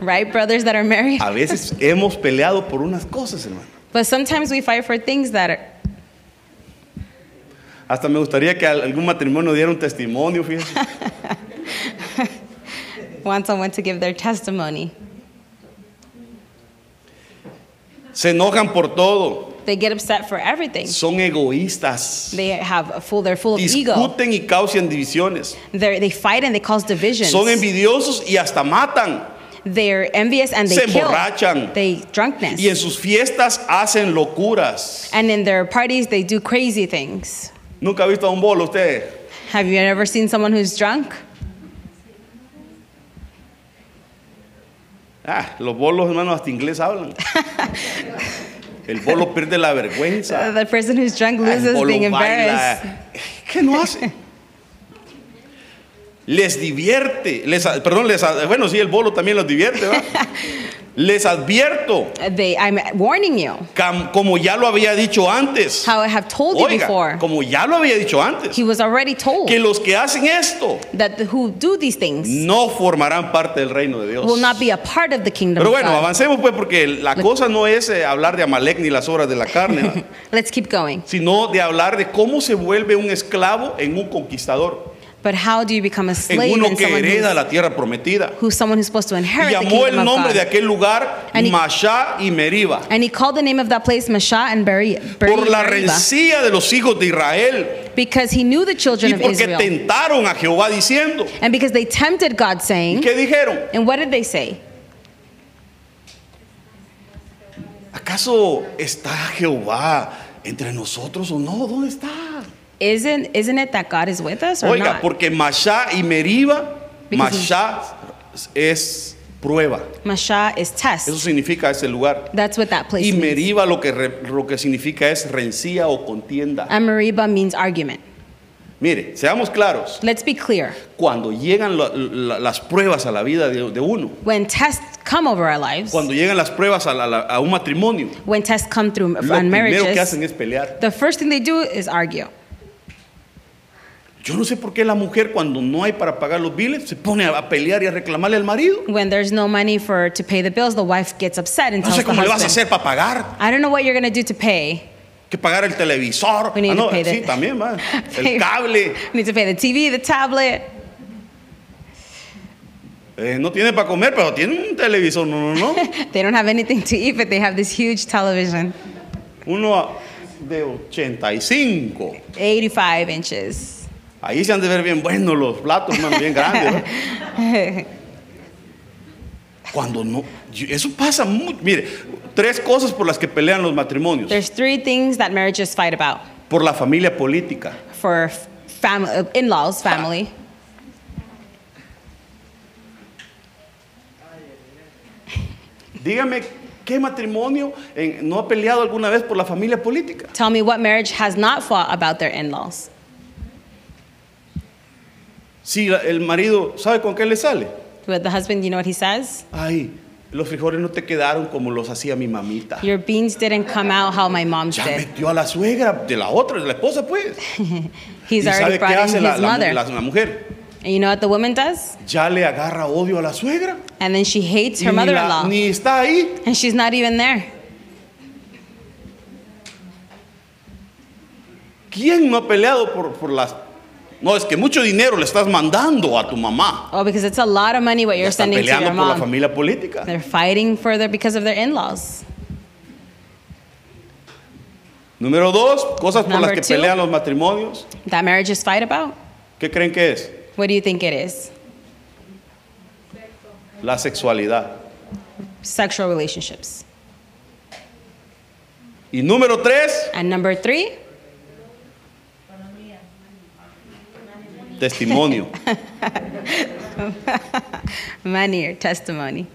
Speaker 2: Right, brothers that are married?
Speaker 1: A
Speaker 2: <laughs>
Speaker 1: veces hemos peleado por unas cosas, hermano.
Speaker 2: But sometimes we fight for things that are.
Speaker 1: Hasta me gustaría que al- algún matrimonio diera un testimonio, fíjese.
Speaker 2: Want someone to give their testimony.
Speaker 1: Se enojan por todo.
Speaker 2: They get upset for everything.
Speaker 1: Son egoístas.
Speaker 2: They have a full. They're full of ego.
Speaker 1: Discuten y causan divisiones.
Speaker 2: They're, they fight and they cause divisions.
Speaker 1: Son envidiosos y hasta matan.
Speaker 2: They're envious and they
Speaker 1: Se
Speaker 2: kill.
Speaker 1: emborrachan.
Speaker 2: They drunkenness.
Speaker 1: Y en sus fiestas hacen locuras.
Speaker 2: And in their parties, they do crazy things.
Speaker 1: ¿Nunca ha visto a un bolo usted?
Speaker 2: Have you ever seen someone who's drunk?
Speaker 1: Ah, los bolos, hermanos, hasta inglés
Speaker 2: <laughs>
Speaker 1: hablan. El bolo pierde la
Speaker 2: Uh,
Speaker 1: vergüenza.
Speaker 2: the person who's drunk
Speaker 1: Ah, El
Speaker 2: loses
Speaker 1: bolo
Speaker 2: being embarrassed.
Speaker 1: baila. ¿Qué no hace? Les divierte. Les, a- perdón, les, a- bueno, sí, el bolo también los divierte,
Speaker 2: <laughs>
Speaker 1: ¿verdad? Les advierto.
Speaker 2: Uh, They, I'm warning you.
Speaker 1: Cam- como ya lo había dicho antes.
Speaker 2: How I have told you
Speaker 1: Oiga,
Speaker 2: before.
Speaker 1: como ya lo había dicho antes,
Speaker 2: He was already told
Speaker 1: que los que hacen esto
Speaker 2: that the, who do these things
Speaker 1: no formarán parte del reino de Dios.
Speaker 2: will not be a part of the kingdom
Speaker 1: Pero
Speaker 2: of
Speaker 1: bueno,
Speaker 2: God.
Speaker 1: avancemos pues porque la cosa no es eh, hablar de Amalek ni las obras de la carne,
Speaker 2: <laughs>
Speaker 1: ¿va?
Speaker 2: Let's keep going.
Speaker 1: sino de hablar de cómo se vuelve un esclavo en un conquistador,
Speaker 2: But how do you become a
Speaker 1: en
Speaker 2: slave
Speaker 1: uno
Speaker 2: and
Speaker 1: que
Speaker 2: someone
Speaker 1: hereda
Speaker 2: who's,
Speaker 1: la tierra prometida.
Speaker 2: who's someone who's supposed to
Speaker 1: Y
Speaker 2: inherit the
Speaker 1: llamó el
Speaker 2: kingdom of
Speaker 1: nombre de
Speaker 2: God?
Speaker 1: aquel lugar
Speaker 2: And he-
Speaker 1: Mashá y Meriba,
Speaker 2: And he called the name of that place Mashah and Beri, Beri
Speaker 1: por la
Speaker 2: Meriba,
Speaker 1: rencilla de los hijos de Israel
Speaker 2: because he knew the children
Speaker 1: y
Speaker 2: of
Speaker 1: porque
Speaker 2: Israel.
Speaker 1: tentaron a Jehová diciendo,
Speaker 2: And because they tempted God,
Speaker 1: ¿y
Speaker 2: saying,
Speaker 1: qué dijeron?
Speaker 2: and what did they say?
Speaker 1: ¿Acaso está Jehová entre nosotros o no? ¿Dónde está?
Speaker 2: Isn't, isn't it that God is with us or
Speaker 1: Oiga,
Speaker 2: not?
Speaker 1: porque Mashá y Meriba,
Speaker 2: Because he-
Speaker 1: Mashá es prueba.
Speaker 2: Mashah is
Speaker 1: Eso
Speaker 2: test.
Speaker 1: significa ese lugar.
Speaker 2: That's what that place
Speaker 1: Y
Speaker 2: means.
Speaker 1: Meriba lo que, re- lo que significa es rencía o contienda.
Speaker 2: And Meriba means argument.
Speaker 1: Mire, seamos claros,
Speaker 2: Let's be clear.
Speaker 1: cuando llegan la- la- las pruebas a la vida de, de uno,
Speaker 2: When tests come over our lives,
Speaker 1: cuando llegan las pruebas a, la- la- a un matrimonio,
Speaker 2: when tests come through
Speaker 1: lo
Speaker 2: on
Speaker 1: primero que
Speaker 2: marriages,
Speaker 1: hacen es pelear.
Speaker 2: the first thing they do is argue.
Speaker 1: Yo no sé por qué la mujer cuando no hay para pagar los biles se pone a- a pelear y a reclamarle al marido.
Speaker 2: When there's no money for to pay the bills, the wife gets upset and
Speaker 1: No
Speaker 2: tells
Speaker 1: sé
Speaker 2: the
Speaker 1: cómo le vas a
Speaker 2: husband,
Speaker 1: hacer para pagar.
Speaker 2: "I don't know what you're gonna do to pay.
Speaker 1: Que pagar el televisor.
Speaker 2: We need
Speaker 1: Ah,
Speaker 2: to
Speaker 1: no,
Speaker 2: pay the-
Speaker 1: sí, también,
Speaker 2: <laughs>
Speaker 1: va. El cable.
Speaker 2: You need to pay the TV, the tablet.
Speaker 1: Eh, no tiene para comer, pero tiene un televisor. No, no,
Speaker 2: <laughs>
Speaker 1: no.
Speaker 2: They don't have anything to eat, but they have this huge television,
Speaker 1: Uno a- de 85.
Speaker 2: 85 inches. <laughs>
Speaker 1: Ahí se han de ver bien buenos los platos, hermano, bien grandes. ¿verdad? Cuando no. yo- Eso pasa mucho. Mire, tres cosas por las que pelean los matrimonios:
Speaker 2: There's three things that marriages fight about
Speaker 1: por la familia política,
Speaker 2: for family, in-laws, family,
Speaker 1: Dígame, ¿qué matrimonio eh, no ha peleado alguna vez por la familia política?
Speaker 2: Tell me what marriage has not fought about their in laws.
Speaker 1: Si la- el marido, ¿sabe con qué le sale?
Speaker 2: With the husband, you know what he says?
Speaker 1: Ay, los frijoles no te quedaron como los hacía mi mamita.
Speaker 2: Your beans didn't come out how my mom's
Speaker 1: Ya
Speaker 2: did.
Speaker 1: metió a la suegra de la otra, de la esposa, pues.
Speaker 2: He's
Speaker 1: ¿Y sabe qué
Speaker 2: already brought in his
Speaker 1: hace la, la mu-
Speaker 2: mother.
Speaker 1: la- la mujer?
Speaker 2: and you know what the woman does?
Speaker 1: Ya le agarra odio a la suegra.
Speaker 2: And then she hates
Speaker 1: Y
Speaker 2: her
Speaker 1: ni,
Speaker 2: mother
Speaker 1: la-
Speaker 2: in law.
Speaker 1: ni está ahí.
Speaker 2: And she's not even there.
Speaker 1: ¿Quién no ha peleado por, por las No, es que mucho dinero le estás mandando a tu mamá.
Speaker 2: Oh, because it's a lot of money what
Speaker 1: Ya
Speaker 2: you're
Speaker 1: están
Speaker 2: sending to
Speaker 1: peleando
Speaker 2: your
Speaker 1: por la
Speaker 2: mom.
Speaker 1: familia política.
Speaker 2: They're fighting for their because of their in-laws.
Speaker 1: Número dos, cosas por las
Speaker 2: Number
Speaker 1: que
Speaker 2: two.
Speaker 1: pelean los matrimonios.
Speaker 2: That marriages fight about.
Speaker 1: ¿Qué creen que es?
Speaker 2: What do you think it is?
Speaker 1: La sexualidad.
Speaker 2: Sexual relationships.
Speaker 1: Y número tres,
Speaker 2: And number three,
Speaker 1: testimonio.
Speaker 2: money or testimony.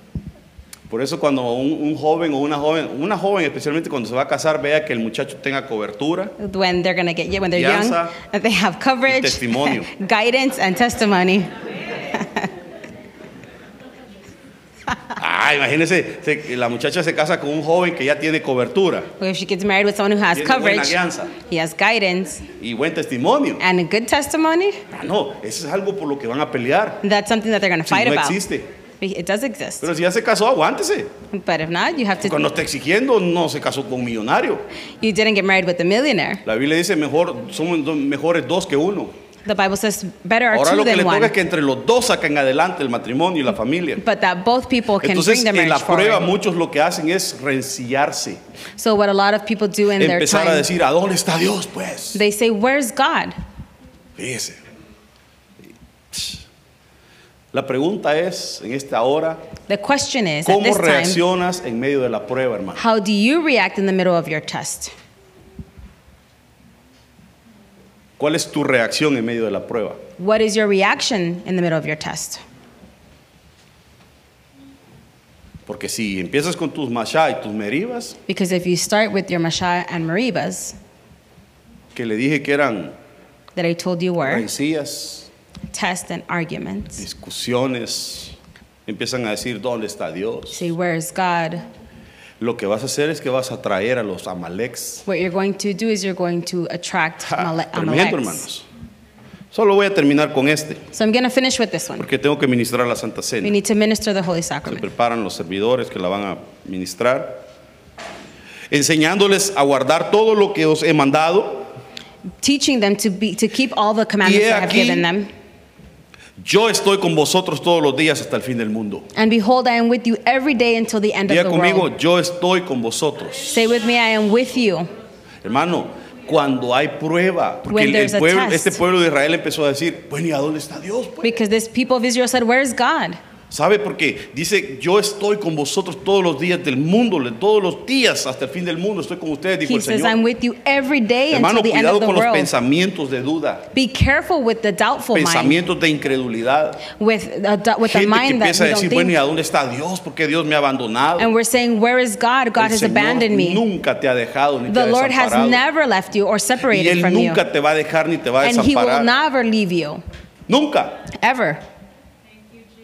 Speaker 1: Por eso cuando un, un joven o una joven, una joven especialmente cuando se va a casar, vea que el muchacho tenga
Speaker 2: <laughs>
Speaker 1: cobertura.
Speaker 2: When they're gonna get when they're young,
Speaker 1: Fianza
Speaker 2: that they have coverage,
Speaker 1: testimonio.
Speaker 2: <laughs> guidance, and testimony.
Speaker 1: Ah, imagínense, se- la muchacha se casa con un joven que ya tiene cobertura
Speaker 2: If she gets married with someone who has
Speaker 1: Tiene buena
Speaker 2: coverage, Eh.
Speaker 1: alianza.
Speaker 2: he has guidance
Speaker 1: y buen testimonio.
Speaker 2: and a good testimony.
Speaker 1: Ah, no, eso es algo por lo que van a pelear.
Speaker 2: That's something that they're gonna
Speaker 1: Si
Speaker 2: fight
Speaker 1: no
Speaker 2: about.
Speaker 1: existe.
Speaker 2: It does exist,
Speaker 1: Pero si ya se casó, aguántese.
Speaker 2: but if not, you have to.
Speaker 1: Cuando está exigiendo, no se casó con un millonario.
Speaker 2: You didn't get married with a millionaire.
Speaker 1: La Biblia dice mejor, somos do- mejores dos que uno.
Speaker 2: The Bible says better are
Speaker 1: Ahora
Speaker 2: two
Speaker 1: lo que le
Speaker 2: than
Speaker 1: toca
Speaker 2: one.
Speaker 1: es que entre los dos sacan adelante el matrimonio y la familia.
Speaker 2: But that both people can
Speaker 1: Entonces,
Speaker 2: bring their
Speaker 1: en la
Speaker 2: marriage
Speaker 1: prueba
Speaker 2: forward.
Speaker 1: muchos lo que hacen es rencillarse,
Speaker 2: So what a lot of people do in their
Speaker 1: empezar a
Speaker 2: time,
Speaker 1: decir, ¿a dónde está Dios? Pues,
Speaker 2: they say, "Where's God?"
Speaker 1: fíjese. La pregunta es, en esta hora,
Speaker 2: The question is, at
Speaker 1: ¿cómo
Speaker 2: this time,
Speaker 1: reaccionas en medio de la prueba, hermano?
Speaker 2: how do you react in the middle of your test?
Speaker 1: ¿Cuál es tu reacción en medio de la prueba?
Speaker 2: What is your reaction in the middle of your test?
Speaker 1: Porque si empiezas con tus mashá y tus meribas,
Speaker 2: Because if you start with your Mashah and Maribas
Speaker 1: que le dije que eran
Speaker 2: that I told you were
Speaker 1: rencillas,
Speaker 2: test and arguments,
Speaker 1: discusiones, empiezan a decir, ¿dónde está Dios?
Speaker 2: say, "Where is God?"
Speaker 1: Lo que vas a hacer es que vas a traer a los amaleks
Speaker 2: What you're going to do is you're going to attract
Speaker 1: Ja,
Speaker 2: Male-
Speaker 1: tremendo,
Speaker 2: Amaleks.
Speaker 1: hermanos. Solo voy a terminar con este,
Speaker 2: So I'm going to finish with this one.
Speaker 1: porque tengo que ministrar la Santa
Speaker 2: We
Speaker 1: Cena.
Speaker 2: need to minister the Holy
Speaker 1: Se
Speaker 2: Sacrament.
Speaker 1: preparan los servidores que la van a ministrar. Enseñándoles a guardar todo lo que os he mandado.
Speaker 2: Teaching them to be to keep all the commandments
Speaker 1: Y he
Speaker 2: I have
Speaker 1: aquí-
Speaker 2: given them.
Speaker 1: Yo estoy con vosotros todos los días hasta el fin del mundo.
Speaker 2: And behold, I am with you every day until the end of
Speaker 1: Diga
Speaker 2: the
Speaker 1: conmigo,
Speaker 2: world.
Speaker 1: yo estoy con vosotros.
Speaker 2: Say with me, I am with you.
Speaker 1: Hermano, cuando hay prueba, porque el-
Speaker 2: When
Speaker 1: el
Speaker 2: there's a
Speaker 1: pueblo-
Speaker 2: test.
Speaker 1: este pueblo de Israel empezó a decir, bueno, ¿y a dónde está Dios? pues?
Speaker 2: Because this people of Israel said, Where is God?
Speaker 1: ¿Sabe por qué? Dice, yo estoy con vosotros todos los días del mundo, le- todos los días hasta el fin del mundo, estoy con ustedes, dijo
Speaker 2: He
Speaker 1: el
Speaker 2: says,
Speaker 1: Señor.
Speaker 2: I'm with you every day
Speaker 1: Hermano,
Speaker 2: until the end
Speaker 1: cuidado
Speaker 2: of the
Speaker 1: con los
Speaker 2: world.
Speaker 1: pensamientos de duda,
Speaker 2: Be careful with the doubtful mind,
Speaker 1: pensamientos de incredulidad.
Speaker 2: with a, du- with
Speaker 1: Gente
Speaker 2: a
Speaker 1: que
Speaker 2: mind that
Speaker 1: empieza a
Speaker 2: we don't
Speaker 1: decir, bueno, ¿y
Speaker 2: think.
Speaker 1: a dónde está Dios? ¿Por qué Dios me ha abandonado?
Speaker 2: And we're saying, Where is God? God
Speaker 1: el
Speaker 2: has
Speaker 1: Señor
Speaker 2: abandoned me.
Speaker 1: nunca te ha dejado ni te
Speaker 2: The
Speaker 1: ha
Speaker 2: Lord has
Speaker 1: desamparado.
Speaker 2: never left you or
Speaker 1: y
Speaker 2: separated
Speaker 1: Él
Speaker 2: from you.
Speaker 1: nunca te va a dejar ni te va a
Speaker 2: And He will
Speaker 1: desamparar.
Speaker 2: never leave you,
Speaker 1: Nunca.
Speaker 2: ever.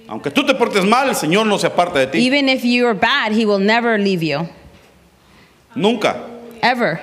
Speaker 1: Aunque tú te portes mal, el Señor no se aparta de ti.
Speaker 2: Even if you are bad, He will never leave you,
Speaker 1: Nunca.
Speaker 2: ever.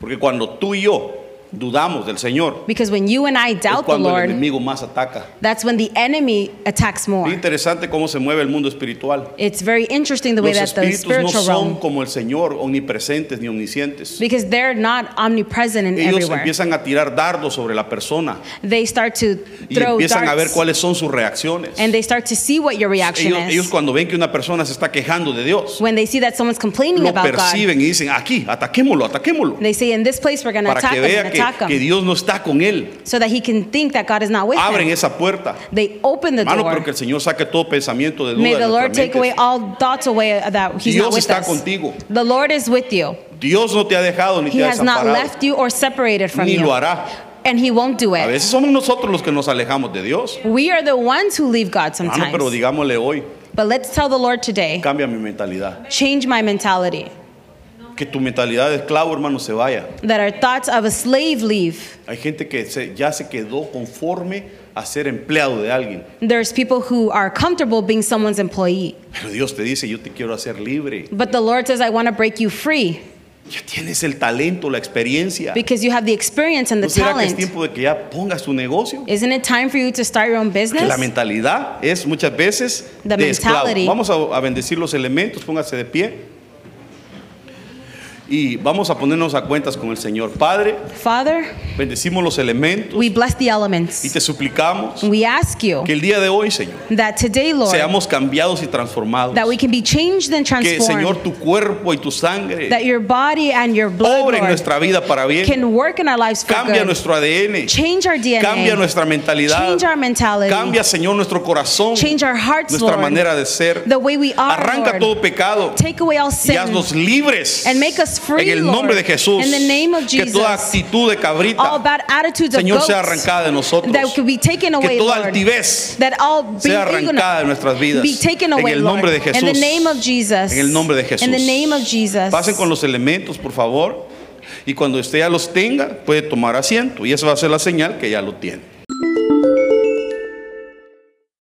Speaker 1: Porque cuando tú y yo dudamos del Señor,
Speaker 2: Because when you and I
Speaker 1: es
Speaker 2: doubt the
Speaker 1: cuando el
Speaker 2: Lord,
Speaker 1: enemigo más ataca.
Speaker 2: That's when the enemy attacks
Speaker 1: Muy
Speaker 2: more.
Speaker 1: interesante cómo se mueve el mundo espiritual.
Speaker 2: It's very interesting the way
Speaker 1: Los
Speaker 2: that the
Speaker 1: espíritus no
Speaker 2: spiritual
Speaker 1: son
Speaker 2: realm,
Speaker 1: como el Señor, omnipresentes ni omniscientes.
Speaker 2: because they're not omnipresent in
Speaker 1: Ellos
Speaker 2: everywhere.
Speaker 1: empiezan a tirar dardos sobre la persona
Speaker 2: They start to
Speaker 1: y
Speaker 2: throw
Speaker 1: empiezan a ver
Speaker 2: darts,
Speaker 1: cuáles son sus reacciones.
Speaker 2: and they start to see what your reaction
Speaker 1: Ellos,
Speaker 2: is.
Speaker 1: ellos cuando ven que una persona se está quejando de Dios,
Speaker 2: when they see that someone's complaining
Speaker 1: lo
Speaker 2: about God,
Speaker 1: perciben y dicen, aquí, ataquémoslo, ataquémoslo.
Speaker 2: they say, "In this place, we're going to
Speaker 1: Para
Speaker 2: attack
Speaker 1: que
Speaker 2: him, and
Speaker 1: vea que,
Speaker 2: attack
Speaker 1: que
Speaker 2: him,"
Speaker 1: Dios no está con él.
Speaker 2: so that he can think that God is not with
Speaker 1: Abren
Speaker 2: him.
Speaker 1: esa puerta.
Speaker 2: They open the
Speaker 1: Hermano, pero que
Speaker 2: door.
Speaker 1: el Señor saque todo pensamiento de duda.
Speaker 2: May
Speaker 1: de
Speaker 2: the Lord
Speaker 1: nuestras
Speaker 2: take away
Speaker 1: mentes.
Speaker 2: all thoughts away uh, that he's
Speaker 1: Dios
Speaker 2: not with
Speaker 1: está
Speaker 2: us.
Speaker 1: contigo.
Speaker 2: The Lord is with you.
Speaker 1: Dios no te ha dejado ni
Speaker 2: He
Speaker 1: te ha
Speaker 2: has not
Speaker 1: desamparado.
Speaker 2: left you or separated from
Speaker 1: Ni
Speaker 2: you,
Speaker 1: lo hará.
Speaker 2: and he won't do
Speaker 1: A
Speaker 2: it.
Speaker 1: veces somos nosotros los que nos alejamos de Dios.
Speaker 2: We are the ones who leave God
Speaker 1: Hermano,
Speaker 2: sometimes.
Speaker 1: Ah, pero digámosle hoy,
Speaker 2: but let's tell the Lord today
Speaker 1: cambia mi mentalidad.
Speaker 2: change my mentality,
Speaker 1: Que tu mentalidad de esclavo, hermano, se vaya.
Speaker 2: that our thoughts of a slave leave.
Speaker 1: Hay gente que se- ya se quedó conforme a ser empleado de alguien.
Speaker 2: There's people who are comfortable being someone's employee.
Speaker 1: Pero Dios te dice, yo te quiero hacer libre.
Speaker 2: But the Lord says, I want to break you free
Speaker 1: Ya tienes el talento, la experiencia.
Speaker 2: because you have the experience and the
Speaker 1: ¿No será que es
Speaker 2: talent.
Speaker 1: tiempo de que ya pongas tu negocio?
Speaker 2: Isn't it time for you to start your own
Speaker 1: Que la
Speaker 2: business?
Speaker 1: mentalidad es muchas veces
Speaker 2: The
Speaker 1: de esclavo.
Speaker 2: mentality.
Speaker 1: Vamos a, a bendecir los elementos, póngase de pie. Y vamos a ponernos a cuentas con el Señor. Padre,
Speaker 2: Father,
Speaker 1: bendecimos los elementos
Speaker 2: we bless the
Speaker 1: y
Speaker 2: elements.
Speaker 1: te suplicamos
Speaker 2: We ask you
Speaker 1: que el día de hoy, Señor,
Speaker 2: that today, Lord,
Speaker 1: seamos cambiados y transformados.
Speaker 2: that we can be changed and
Speaker 1: Que,
Speaker 2: transformed,
Speaker 1: Señor, tu cuerpo y tu sangre
Speaker 2: that your body and your blood
Speaker 1: obren en
Speaker 2: Lord,
Speaker 1: nuestra vida para bien.
Speaker 2: can work in our lives for
Speaker 1: Cambia
Speaker 2: good.
Speaker 1: nuestro ADN.
Speaker 2: Change our
Speaker 1: Cambia
Speaker 2: DNA,
Speaker 1: nuestra mentalidad.
Speaker 2: change our mentality,
Speaker 1: Cambia, Señor, nuestro corazón.
Speaker 2: change our hearts,
Speaker 1: Nuestra
Speaker 2: Lord,
Speaker 1: manera de ser.
Speaker 2: the way we are,
Speaker 1: Arranca
Speaker 2: Lord.
Speaker 1: todo pecado.
Speaker 2: Take away
Speaker 1: y
Speaker 2: all sin,
Speaker 1: haznos libres
Speaker 2: And make us free,
Speaker 1: en el nombre de
Speaker 2: Lord.
Speaker 1: Jesús
Speaker 2: In the name of
Speaker 1: que toda
Speaker 2: Jesus.
Speaker 1: actitud de cabrita
Speaker 2: all bad attitudes of
Speaker 1: Señor sea
Speaker 2: goats,
Speaker 1: arrancada de nosotros
Speaker 2: that could be taken
Speaker 1: que
Speaker 2: away,
Speaker 1: toda
Speaker 2: Lord.
Speaker 1: altivez
Speaker 2: that all be,
Speaker 1: sea arrancada de nuestras vidas
Speaker 2: be taken
Speaker 1: en
Speaker 2: away,
Speaker 1: el
Speaker 2: Lord.
Speaker 1: nombre de Jesús
Speaker 2: In the name of Jesus.
Speaker 1: En el nombre de
Speaker 2: In the
Speaker 1: Jesús.
Speaker 2: name of Jesus.
Speaker 1: pasen con los elementos por favor y cuando usted ya los tenga puede tomar asiento y esa va a ser la señal que ya lo tiene